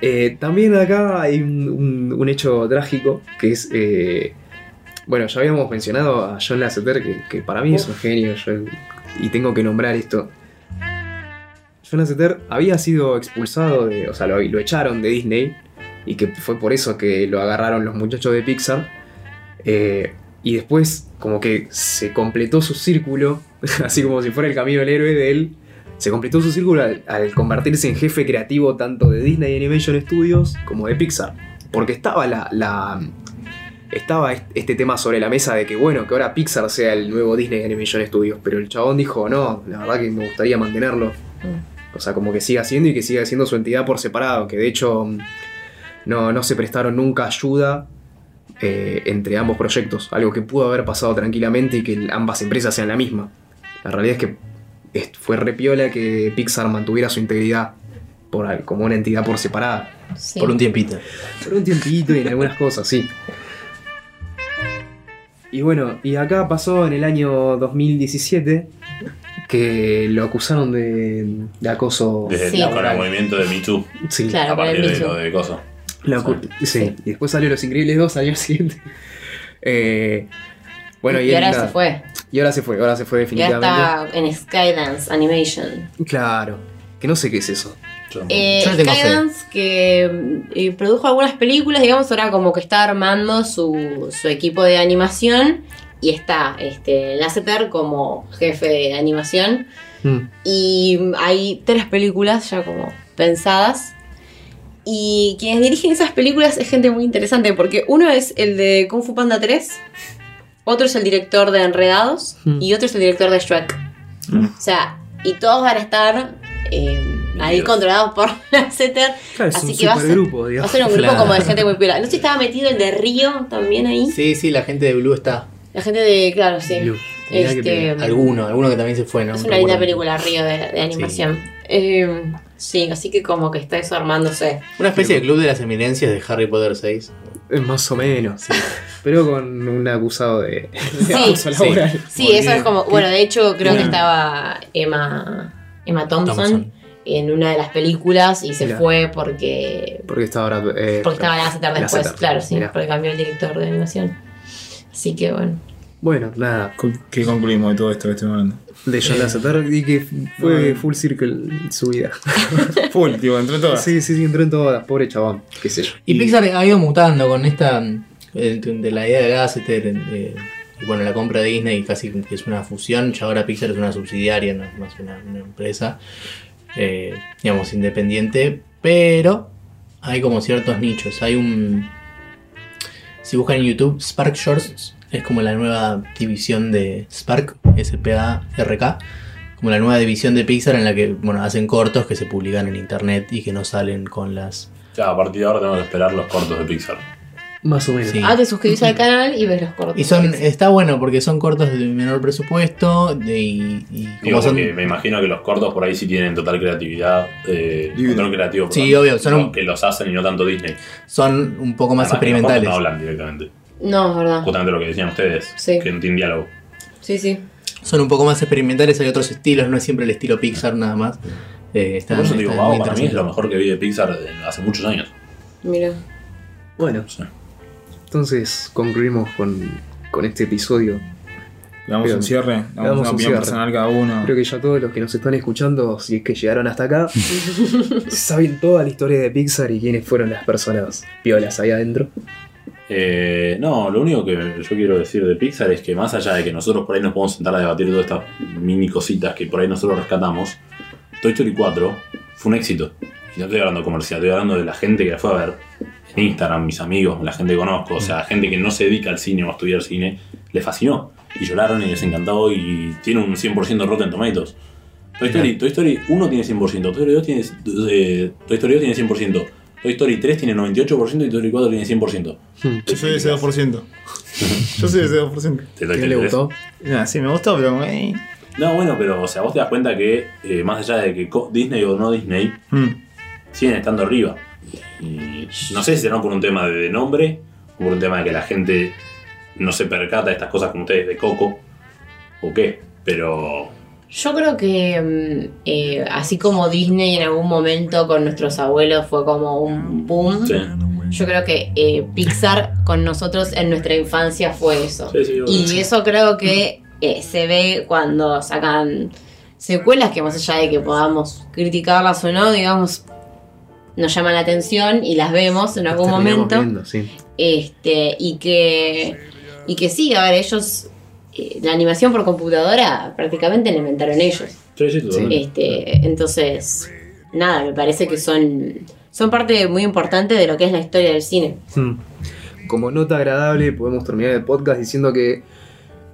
Speaker 1: Eh, también acá hay un, un- un hecho trágico que es. eh, bueno, ya habíamos mencionado a John Lasseter, que, que para mí es un genio, yo- y tengo que nombrar esto. John Lasseter había sido expulsado, de, o sea, lo, lo echaron de Disney, y que fue por eso que lo agarraron los muchachos de Pixar. eh, y después, como que se completó su círculo, así como si fuera el camino del héroe de él, se completó su círculo al, al convertirse en jefe creativo tanto de Disney Animation Studios como de Pixar. Porque estaba la. la- estaba est- este tema sobre la mesa de que bueno, que ahora Pixar sea el nuevo Disney Animation Studios. Pero el chabón dijo, no, la verdad que me gustaría mantenerlo. O sea, como que siga siendo y que siga siendo su entidad por separado. Que de hecho mm, no, no se prestaron nunca ayuda eh, entre ambos proyectos. Algo que pudo haber pasado tranquilamente y que ambas empresas sean la misma. La realidad es que es- fue repiola que Pixar mantuviera su integridad por, al- como una entidad por separada.
Speaker 4: Sí.
Speaker 5: Por un tiempito.
Speaker 1: Por un tiempito y en algunas cosas, sí. Y bueno, y acá pasó en el año 2017 que lo acusaron de, de acoso.
Speaker 3: Desde
Speaker 4: Sí.
Speaker 3: con el movimiento de Me Too,
Speaker 1: Sí,
Speaker 4: Claro,
Speaker 3: a
Speaker 4: con el
Speaker 3: partir de
Speaker 4: Me Too.
Speaker 3: lo de Coso.
Speaker 1: lo acu- sí. Y después salió Los Increíbles 2 al año siguiente. Eh, bueno, y,
Speaker 4: y
Speaker 1: él
Speaker 4: ahora
Speaker 1: nada.
Speaker 4: se fue.
Speaker 1: Y ahora se fue, ahora se fue
Speaker 4: Y
Speaker 1: definitivamente.
Speaker 4: ahora está en Skydance Animation.
Speaker 1: Claro, que no sé qué es eso.
Speaker 3: Yo tampoco.
Speaker 4: Eh,
Speaker 5: Yo le tengo fe.
Speaker 4: Skydance que eh, produjo algunas películas, digamos, ahora como que está armando su, su equipo de animación y está este Lasseter como jefe de animación
Speaker 5: Mm.
Speaker 4: Y hay tres películas ya como pensadas. Y quienes dirigen esas películas es gente muy interesante, porque uno es el de Kung Fu Panda 3, otro es el director de Enredados
Speaker 5: Hmm.
Speaker 4: y otro es el director de Shrek. O sea, y todos van a estar eh, ahí
Speaker 3: Dios.
Speaker 4: controlados por la CETER.
Speaker 1: Claro, es
Speaker 4: Así
Speaker 1: un
Speaker 4: que va a, ser,
Speaker 1: supergrupo,
Speaker 4: va a
Speaker 1: digamos.
Speaker 4: ser un grupo
Speaker 5: Claro.
Speaker 4: como de gente muy piola. No sé si estaba metido el de Río también ahí.
Speaker 5: Sí, sí, la gente de Blue está.
Speaker 4: La gente de, claro, sí.
Speaker 1: Blue.
Speaker 5: Mirá que
Speaker 4: Este,
Speaker 5: pena. alguno, alguno que también se fue, ¿no?
Speaker 4: es una
Speaker 5: Recuerdo.
Speaker 4: linda película, Río, de, de animación. Eh, sí, así que como que está eso armándose.
Speaker 5: Una especie de club de las eminencias de Harry Potter 6.
Speaker 1: Eh, Más o menos, sí. Pero con un acusado de
Speaker 4: Sí,
Speaker 1: abuso
Speaker 5: sí.
Speaker 1: laboral.
Speaker 4: Sí,
Speaker 6: Porque-
Speaker 4: eso es como. Bueno, de hecho, creo que
Speaker 6: Bueno.
Speaker 4: estaba Emma, Emma Thompson,
Speaker 5: Thompson.
Speaker 4: en una de las películas y se
Speaker 1: Mirá.
Speaker 4: fue porque.
Speaker 1: Porque estaba ahora. eh,
Speaker 4: Porque estaba la Cetar
Speaker 1: la
Speaker 4: después,
Speaker 1: Cetar,
Speaker 4: claro, sí,
Speaker 1: mirá.
Speaker 4: porque cambió el director de animación. Así que bueno.
Speaker 1: Bueno, nada.
Speaker 6: ¿Qué concluimos de todo esto este que estuvimos hablando?
Speaker 1: De John Lasseter y que fue full circle su vida.
Speaker 6: Full, tipo, entre todas.
Speaker 1: Sí, sí, sí, entró en todas. Pobre chabón, qué sé yo.
Speaker 5: Y,
Speaker 6: Y-
Speaker 5: Pixar ha ido mutando con esta. mm, eh, de la idea de Lasseter. eh, y bueno, la compra de Disney casi que es una fusión. Ya ahora Pixar es una subsidiaria, no es más una, una empresa. eh, digamos, independiente. Pero hay como ciertos nichos. Hay un. Si buscan en YouTube, Spark Shorts es como la nueva división de Spark, S-P-A-R-K. Como la nueva división de Pixar en la que bueno, hacen cortos que se publican en internet y que no salen con las
Speaker 3: Ya, a partir de ahora tenemos que esperar los cortos de Pixar.
Speaker 1: Más o menos.
Speaker 5: Sí.
Speaker 4: Ah, te suscribís al canal y ves los cortos.
Speaker 5: Y son, está bueno porque son cortos de menor presupuesto de- y, y como
Speaker 3: Digo,
Speaker 5: son-
Speaker 3: porque me imagino que los cortos por ahí sí tienen total creatividad, eh,
Speaker 6: Libre.
Speaker 3: control creativo.
Speaker 5: Sí,
Speaker 3: perdón.
Speaker 5: obvio, son
Speaker 3: Los
Speaker 5: un-
Speaker 3: que los hacen y no tanto Disney.
Speaker 5: son un poco más
Speaker 3: Además, que los cortos
Speaker 5: experimentales.
Speaker 3: No hablan directamente.
Speaker 4: No, es verdad.
Speaker 3: Justamente lo que decían ustedes,
Speaker 4: Sí.
Speaker 3: que no tienen diálogo.
Speaker 4: Sí, sí.
Speaker 5: Son un poco más experimentales, hay otros estilos, no es siempre el estilo Pixar nada más. Eh, están-
Speaker 3: por eso digo,
Speaker 5: están
Speaker 3: wow,
Speaker 5: muy
Speaker 3: para mí es
Speaker 5: interesantes.
Speaker 3: lo mejor que vi de Pixar de- hace muchos años.
Speaker 4: Mira.
Speaker 1: Bueno,
Speaker 3: Sí.
Speaker 1: entonces concluimos con, con este episodio.
Speaker 6: Le damos
Speaker 1: Bien.
Speaker 6: un cierre, le damos,
Speaker 1: damos
Speaker 6: una
Speaker 1: un
Speaker 6: opinión
Speaker 1: cierre.
Speaker 6: personal cada uno.
Speaker 1: Creo que ya todos los que nos están escuchando, si es que llegaron hasta acá, saben toda la historia de Pixar y quiénes fueron las personas piolas ahí adentro.
Speaker 3: Eh, no, lo único que yo quiero decir de Pixar es que más allá de que nosotros por ahí nos podemos sentar a debatir todas estas mini cositas que por ahí nosotros rescatamos, Toy Story 4 fue un éxito. Y no estoy hablando comercial, estoy hablando de la gente que la fue a ver en Instagram, mis amigos, la gente que conozco, o sea,
Speaker 1: Mm.
Speaker 3: gente que no se dedica al cine o a estudiar cine, le fascinó. Y lloraron y les encantó y tiene un 100% Rotten Tomatoes. Toy Story, Toy Story 1 tiene 100%, Toy Story 2 tiene, eh, Toy Story 2 tiene 100%, Toy Story 3 tiene 98% y Toy Story 4 tiene 100%.
Speaker 1: Hmm.
Speaker 6: Yo soy de ese 2%. Yo soy de ese 2%.
Speaker 3: Te doy
Speaker 1: ¿Qué
Speaker 3: tres
Speaker 1: le
Speaker 3: tres.
Speaker 1: gustó?
Speaker 6: Nah, Ah, sí, me gustó, pero. eh.
Speaker 3: No, bueno, pero o sea, vos te das cuenta que eh, más allá de que co- Disney o no Disney,
Speaker 6: Mm.
Speaker 3: siguen estando arriba.
Speaker 1: Mm.
Speaker 3: Y no sé si será por un tema de nombre, o por un tema de que la gente no se percata de estas cosas como ustedes de Coco, o qué, pero
Speaker 4: Yo creo que mm, eh, así como Disney en algún momento con nuestros abuelos fue como un boom,
Speaker 3: sí.
Speaker 4: yo creo que eh, Pixar con nosotros en nuestra infancia fue eso.
Speaker 3: Sí, sí,
Speaker 4: Y
Speaker 3: sí.
Speaker 4: eso creo que eh, se ve cuando sacan secuelas que más allá de que podamos criticarlas o no, digamos, nos llaman la atención y las vemos en algún
Speaker 1: Terminamos
Speaker 4: momento.
Speaker 1: viendo, sí.
Speaker 4: Este, y que. Y que sí, a ver, ellos. eh, La animación por computadora prácticamente la inventaron ellos.
Speaker 3: Sí, sí,
Speaker 1: Mm.
Speaker 3: totalmente.
Speaker 4: Este, entonces, nada, me parece que son. Son parte muy importante de lo que es la historia del cine.
Speaker 1: Hmm. Como nota agradable, podemos terminar el podcast diciendo que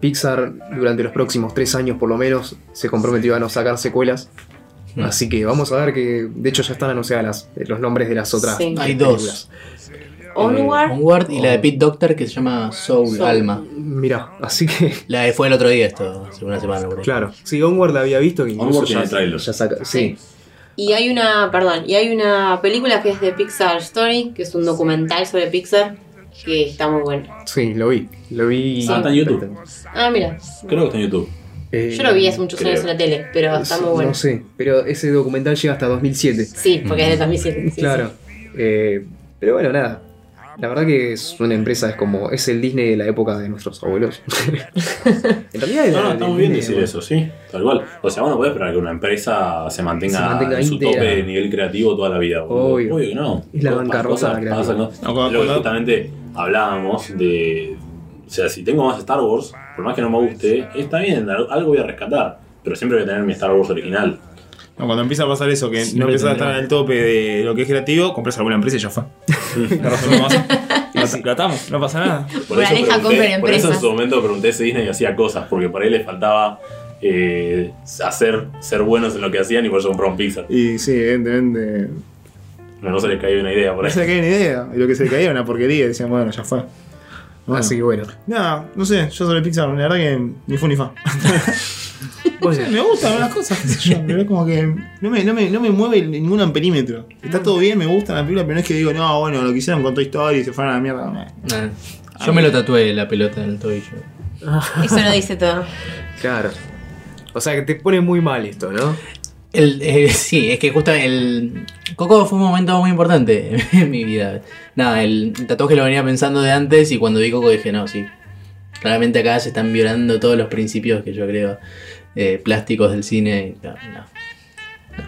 Speaker 1: Pixar durante los próximos tres años por lo menos se comprometió a no sacar secuelas.
Speaker 3: Hmm.
Speaker 5: Mm.
Speaker 1: Así que vamos a ver que, de hecho, ya están anunciadas las- eh, los nombres de las otras.
Speaker 4: Sí.
Speaker 5: Hay dos.
Speaker 4: Onward,
Speaker 5: Onward y la de
Speaker 3: Oh.
Speaker 5: Pete Doctor que se llama Soul,
Speaker 4: Soul.
Speaker 5: Alma.
Speaker 1: Mira, así que,
Speaker 5: La de fue el otro día esto, hace una semana. por ahí.
Speaker 1: claro. Sí, Onward la había visto que incluso
Speaker 3: Onward
Speaker 1: ya,
Speaker 3: tiene tráiler.
Speaker 1: ya saca. Sí.
Speaker 4: y hay una. Perdón, y hay una película que es de Pixar Story, que es un documental sobre Pixar, que está muy bueno.
Speaker 1: Sí, lo vi. Lo vi. Este,
Speaker 3: Ah, está en YouTube.
Speaker 4: Ah, mira.
Speaker 3: Creo que está en YouTube.
Speaker 1: Eh,
Speaker 4: Yo lo vi hace muchos
Speaker 3: creo.
Speaker 4: años en la tele, pero está muy bueno.
Speaker 1: No sé, pero ese documental llega hasta 2007.
Speaker 4: Sí, porque es de 2007. sí, sí.
Speaker 1: Claro. Eh, pero bueno, nada. La verdad que es una empresa, es como. Es el Disney de la época de nuestros abuelos. en realidad
Speaker 3: No, no, está muy bien decir
Speaker 1: eso
Speaker 3: eso, sí, tal cual. O sea, uno puede esperar que una empresa se mantenga,
Speaker 1: Se mantenga
Speaker 3: en su
Speaker 1: íntegra.
Speaker 3: tope de nivel creativo toda la vida. boludo.
Speaker 1: Obvio.
Speaker 3: que no.
Speaker 1: Es la
Speaker 3: Cosas-
Speaker 1: bancarrota
Speaker 3: cosas
Speaker 1: creativa.
Speaker 3: pasan, ¿no?
Speaker 6: No, cuando-
Speaker 3: Lo que
Speaker 6: cuando-
Speaker 3: justamente hablábamos de... O sea, si tengo más Star Wars, por más que no me guste, está bien, al- algo voy a rescatar. pero siempre voy a tener mi Star Wars original.
Speaker 6: No, cuando empieza a pasar eso, que
Speaker 5: Sí,
Speaker 6: no empiezas a
Speaker 5: tendrá.
Speaker 6: estar al tope de lo que es creativo, compras alguna empresa y ya fue. La razón no pasa. Lo- Lo atamos, no pasa nada.
Speaker 4: Moraleja, compren
Speaker 3: por eso en
Speaker 4: empresas.
Speaker 3: su momento pregunté si Disney hacía cosas, porque por ahí les faltaba eh, hacer, ser buenos en lo que hacían y por eso compraron Pixar.
Speaker 6: Y sí, evidentemente.
Speaker 3: No, no se les cayó una idea por
Speaker 6: No
Speaker 3: ahí.
Speaker 6: se le caía ni idea. Y lo que se le caía era una porquería. y Decían, bueno, ya fue. Bueno.
Speaker 1: Así que bueno.
Speaker 6: Nada, no sé, yo sobre Pixar, la verdad que ni fu ni fa.
Speaker 1: Vos decís,
Speaker 6: Me gustan las cosas, qué sé yo, pero es como que no me, no me, no me mueve ningún amperímetro. Está todo bien, me gusta la película, pero no es que digo, no, bueno, lo que hicieron con Toy Story y se fueron a la mierda. No,
Speaker 5: Ah, Yo me lo tatué la pelota del tobillo.
Speaker 4: Eso no dice todo.
Speaker 1: Claro. O sea que te pone muy mal esto, ¿no?
Speaker 5: El, eh, sí, es que justo el. Coco fue un momento muy importante en mi vida. Nada, el tatuaje lo venía pensando de antes y cuando vi Coco dije, no, sí. Claramente acá se están violando todos los principios que yo creo eh, plásticos del cine. y No, no.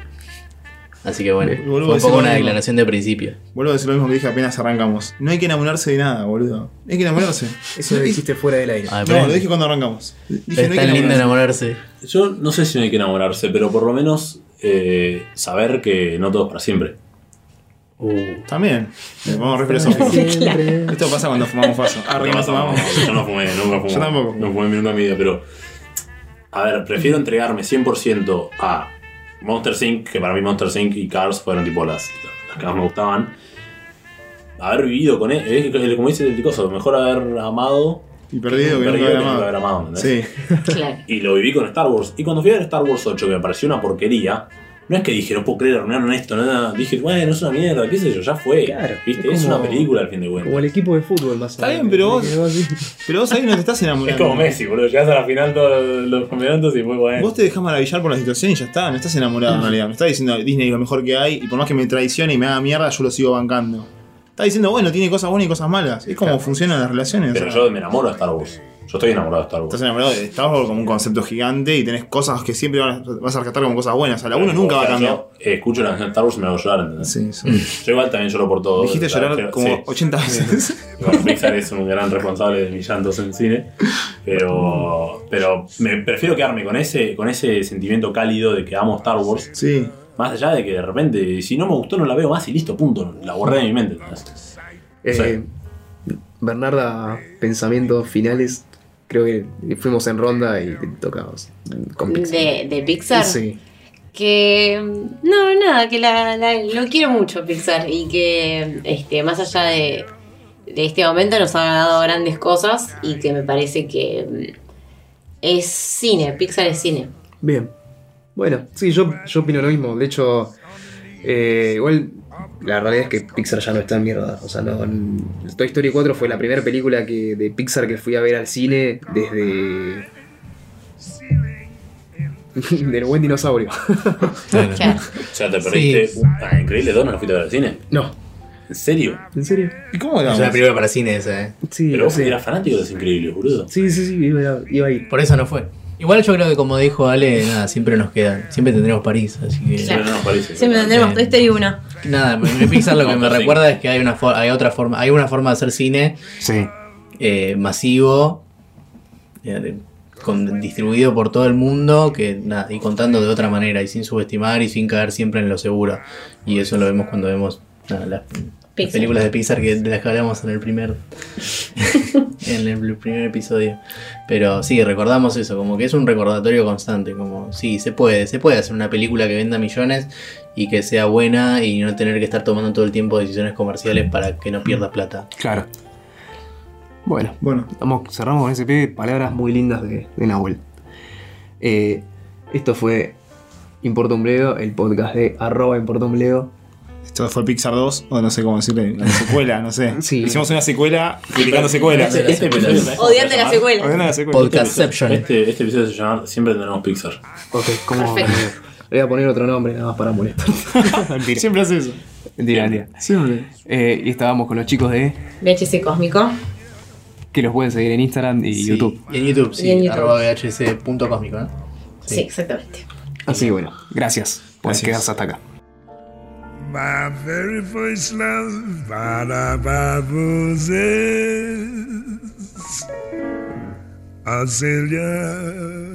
Speaker 5: Así que bueno,
Speaker 6: Y
Speaker 5: fue
Speaker 6: vuelvo a
Speaker 5: un
Speaker 6: decir
Speaker 5: poco
Speaker 6: lo
Speaker 5: una
Speaker 6: mismo.
Speaker 5: declaración de principios.
Speaker 6: Vuelvo a decir lo mismo que dije apenas arrancamos. No hay que enamorarse de nada, boludo. Hay que enamorarse.
Speaker 1: Eso lo dijiste fuera del aire.
Speaker 5: Ay, Ah, pero
Speaker 6: No, lo dije cuando arrancamos. Dije,
Speaker 5: es
Speaker 6: no hay que
Speaker 5: tan lindo
Speaker 6: enamorarse.
Speaker 5: enamorarse.
Speaker 3: Yo no sé si no hay que enamorarse, pero por lo menos eh, saber que no todo es para siempre.
Speaker 5: Uh.
Speaker 6: También. Eh, Vamos a filosóficos. Esto pasa cuando fumamos faso. Ah,
Speaker 3: Nunca
Speaker 6: no
Speaker 3: más
Speaker 6: fumamos.
Speaker 3: amamos. Yo no fumé, nunca fumé.
Speaker 6: Yo tampoco.
Speaker 3: No fumé nunca en mi vida, pero. A ver, prefiero entregarme 100% a Monster Inc., que para mí Monster Inc. y Cars fueron tipo las, las que más me gustaban. Haber vivido con él, eh, eh, como dice el ticoso, mejor haber amado
Speaker 6: Y perdido que
Speaker 3: Perdido
Speaker 6: nunca
Speaker 3: que
Speaker 6: haber
Speaker 3: nunca haber amado,
Speaker 6: amado.
Speaker 3: ¿entendés?
Speaker 6: Sí.
Speaker 4: Claro.
Speaker 3: y lo viví con Star Wars. Y cuando fui a ver Star Wars 8, que me pareció una porquería, no es que dije, no puedo creer, arruinaron esto, nada. Dije, bueno, es una mierda, qué sé yo, ya fue.
Speaker 1: Claro,
Speaker 3: ¿Viste?
Speaker 1: es
Speaker 3: Es,
Speaker 1: como-
Speaker 3: una película al fin de cuentas.
Speaker 1: Como el equipo de fútbol más
Speaker 6: Está bien, pero vos- Pero vos ahí no te estás
Speaker 3: Es
Speaker 6: enamorando.
Speaker 3: como Messi, eh. boludo. Llegas a la final todos los campeonatos y fue bueno.
Speaker 6: Vos te dejás maravillar por la situación y ya está, no estás enamorado en
Speaker 3: Mm.
Speaker 6: realidad. Me estás diciendo Disney es lo mejor que hay y por más que me traicione y me haga mierda, yo lo sigo bancando. Estás diciendo, bueno, tiene cosas buenas y cosas malas. Es como funcionan las relaciones. o
Speaker 3: Pero
Speaker 6: sea,
Speaker 3: yo me enamoro de Star Wars. Yo estoy enamorado de Star
Speaker 6: Estás
Speaker 3: Wars.
Speaker 6: enamorado de Star Wars como un concepto gigante y tenés cosas que siempre vas vas a rescatar como cosas buenas. O sea, la uno nunca va a cambiar.
Speaker 3: Yo eh, escucho una canción de Star Wars y me hago llorar, ¿entendés?
Speaker 6: Sí, sí.
Speaker 3: Yo igual también lloro por todo.
Speaker 6: Dijiste
Speaker 3: ¿verdad?
Speaker 6: llorar
Speaker 3: Pero-
Speaker 6: como
Speaker 3: sí.
Speaker 6: 80 veces.
Speaker 3: Bueno, Pixar es un gran responsable de mis llantos en cine. Pero, pero me prefiero quedarme con ese, con ese sentimiento cálido de que amo Star Wars.
Speaker 6: sí.
Speaker 3: Más allá de que de repente, si no me gustó, no la veo más y listo, punto. La borré de mi mente. ¿entendés?
Speaker 1: Eh, Bernarda, pensamientos finales. Creo que fuimos en ronda y te tocamos con Pixar.
Speaker 4: De, de Pixar.
Speaker 1: Sí.
Speaker 4: Que. mm, No, nada, que la, la- lo quiero mucho, Pixar. Y que, este, más allá de, de este momento, nos ha dado grandes cosas. Y que me parece que. mm, Es cine, Pixar es cine.
Speaker 1: Bien. Bueno, sí, yo, yo opino lo mismo. De hecho, eh, igual la realidad es que Pixar ya no está en mierda. O sea, no, n- Toy Story 4 fue la primera película que, de Pixar que fui a ver al cine desde... del buen dinosaurio.
Speaker 4: Claro.
Speaker 3: O sea, te perdiste
Speaker 5: Sí.
Speaker 3: una Ah, increíble dona, no fuiste a ver al cine.
Speaker 1: No,
Speaker 3: ¿En serio?
Speaker 1: ¿en serio?
Speaker 6: ¿Y cómo
Speaker 5: Es
Speaker 6: hablamos?
Speaker 5: una película para cine esa, eh.
Speaker 1: Sí,
Speaker 3: Pero vos
Speaker 1: sí.
Speaker 3: eras fanático de los increíbles, boludo.
Speaker 1: Sí, sí, sí, iba, iba ahí.
Speaker 5: Por eso no fue. Igual yo creo que como dijo Ale, nada, siempre nos queda. Siempre tendremos París, así que.
Speaker 4: Claro.
Speaker 3: Pero no nos parece.
Speaker 4: Siempre tendremos Toy Story 1.
Speaker 5: Nada, me, me Pixar lo que me
Speaker 3: Otra
Speaker 5: recuerda es que hay una for- hay otra forma, hay una forma de hacer cine
Speaker 1: Sí.
Speaker 5: eh, masivo, eh, de- con- distribuido por todo el mundo, que nada, y contando de otra manera, y sin subestimar y sin caer siempre en lo seguro. Y eso lo vemos cuando vemos nada, las, las
Speaker 4: Pixar.
Speaker 5: películas de Pixar que, de las que hablamos en el primer en el primer episodio. Pero sí, recordamos eso, como que es un recordatorio constante, como sí, se puede, se puede hacer una película que venda millones y que sea buena y no tener que estar tomando todo el tiempo decisiones comerciales para que no pierdas plata.
Speaker 1: Claro. Bueno,
Speaker 6: Bueno,
Speaker 1: Vamos, cerramos con ese pibe. Palabras muy lindas de, de Nahuel. Eh, esto fue Importa un Bledo, el podcast de arroba Importa un Bledo.
Speaker 6: esto fue Pixar 2, o no sé cómo decirle, la secuela, no sé.
Speaker 1: Sí.
Speaker 6: Hicimos una secuela criticando secuelas.
Speaker 5: Este- este episodio, ¿sabes
Speaker 4: Odiante la secuela.
Speaker 6: Hablando de secuelas.
Speaker 5: Podcastception.
Speaker 3: Este, este episodio se llama Siempre tendremos Pixar.
Speaker 1: Ok, ¿cómo
Speaker 4: Perfecto.
Speaker 1: Le voy a poner otro nombre nada más para molestar.
Speaker 6: Siempre hace eso.
Speaker 1: mentira, mentira.
Speaker 6: Siempre.
Speaker 1: Eh, y estábamos con los chicos de
Speaker 4: VHS Cósmico.
Speaker 1: que los pueden seguir en Instagram y
Speaker 5: Sí,
Speaker 1: YouTube.
Speaker 5: Y en YouTube, sí,
Speaker 4: Y en YouTube.
Speaker 5: arroba vhc.cósmico, ¿eh?
Speaker 4: Sí, exactamente.
Speaker 1: Así que bueno, gracias por
Speaker 6: Gracias.
Speaker 1: quedarse hasta acá.
Speaker 7: My very first love, Bada Babuzes, Auxilia.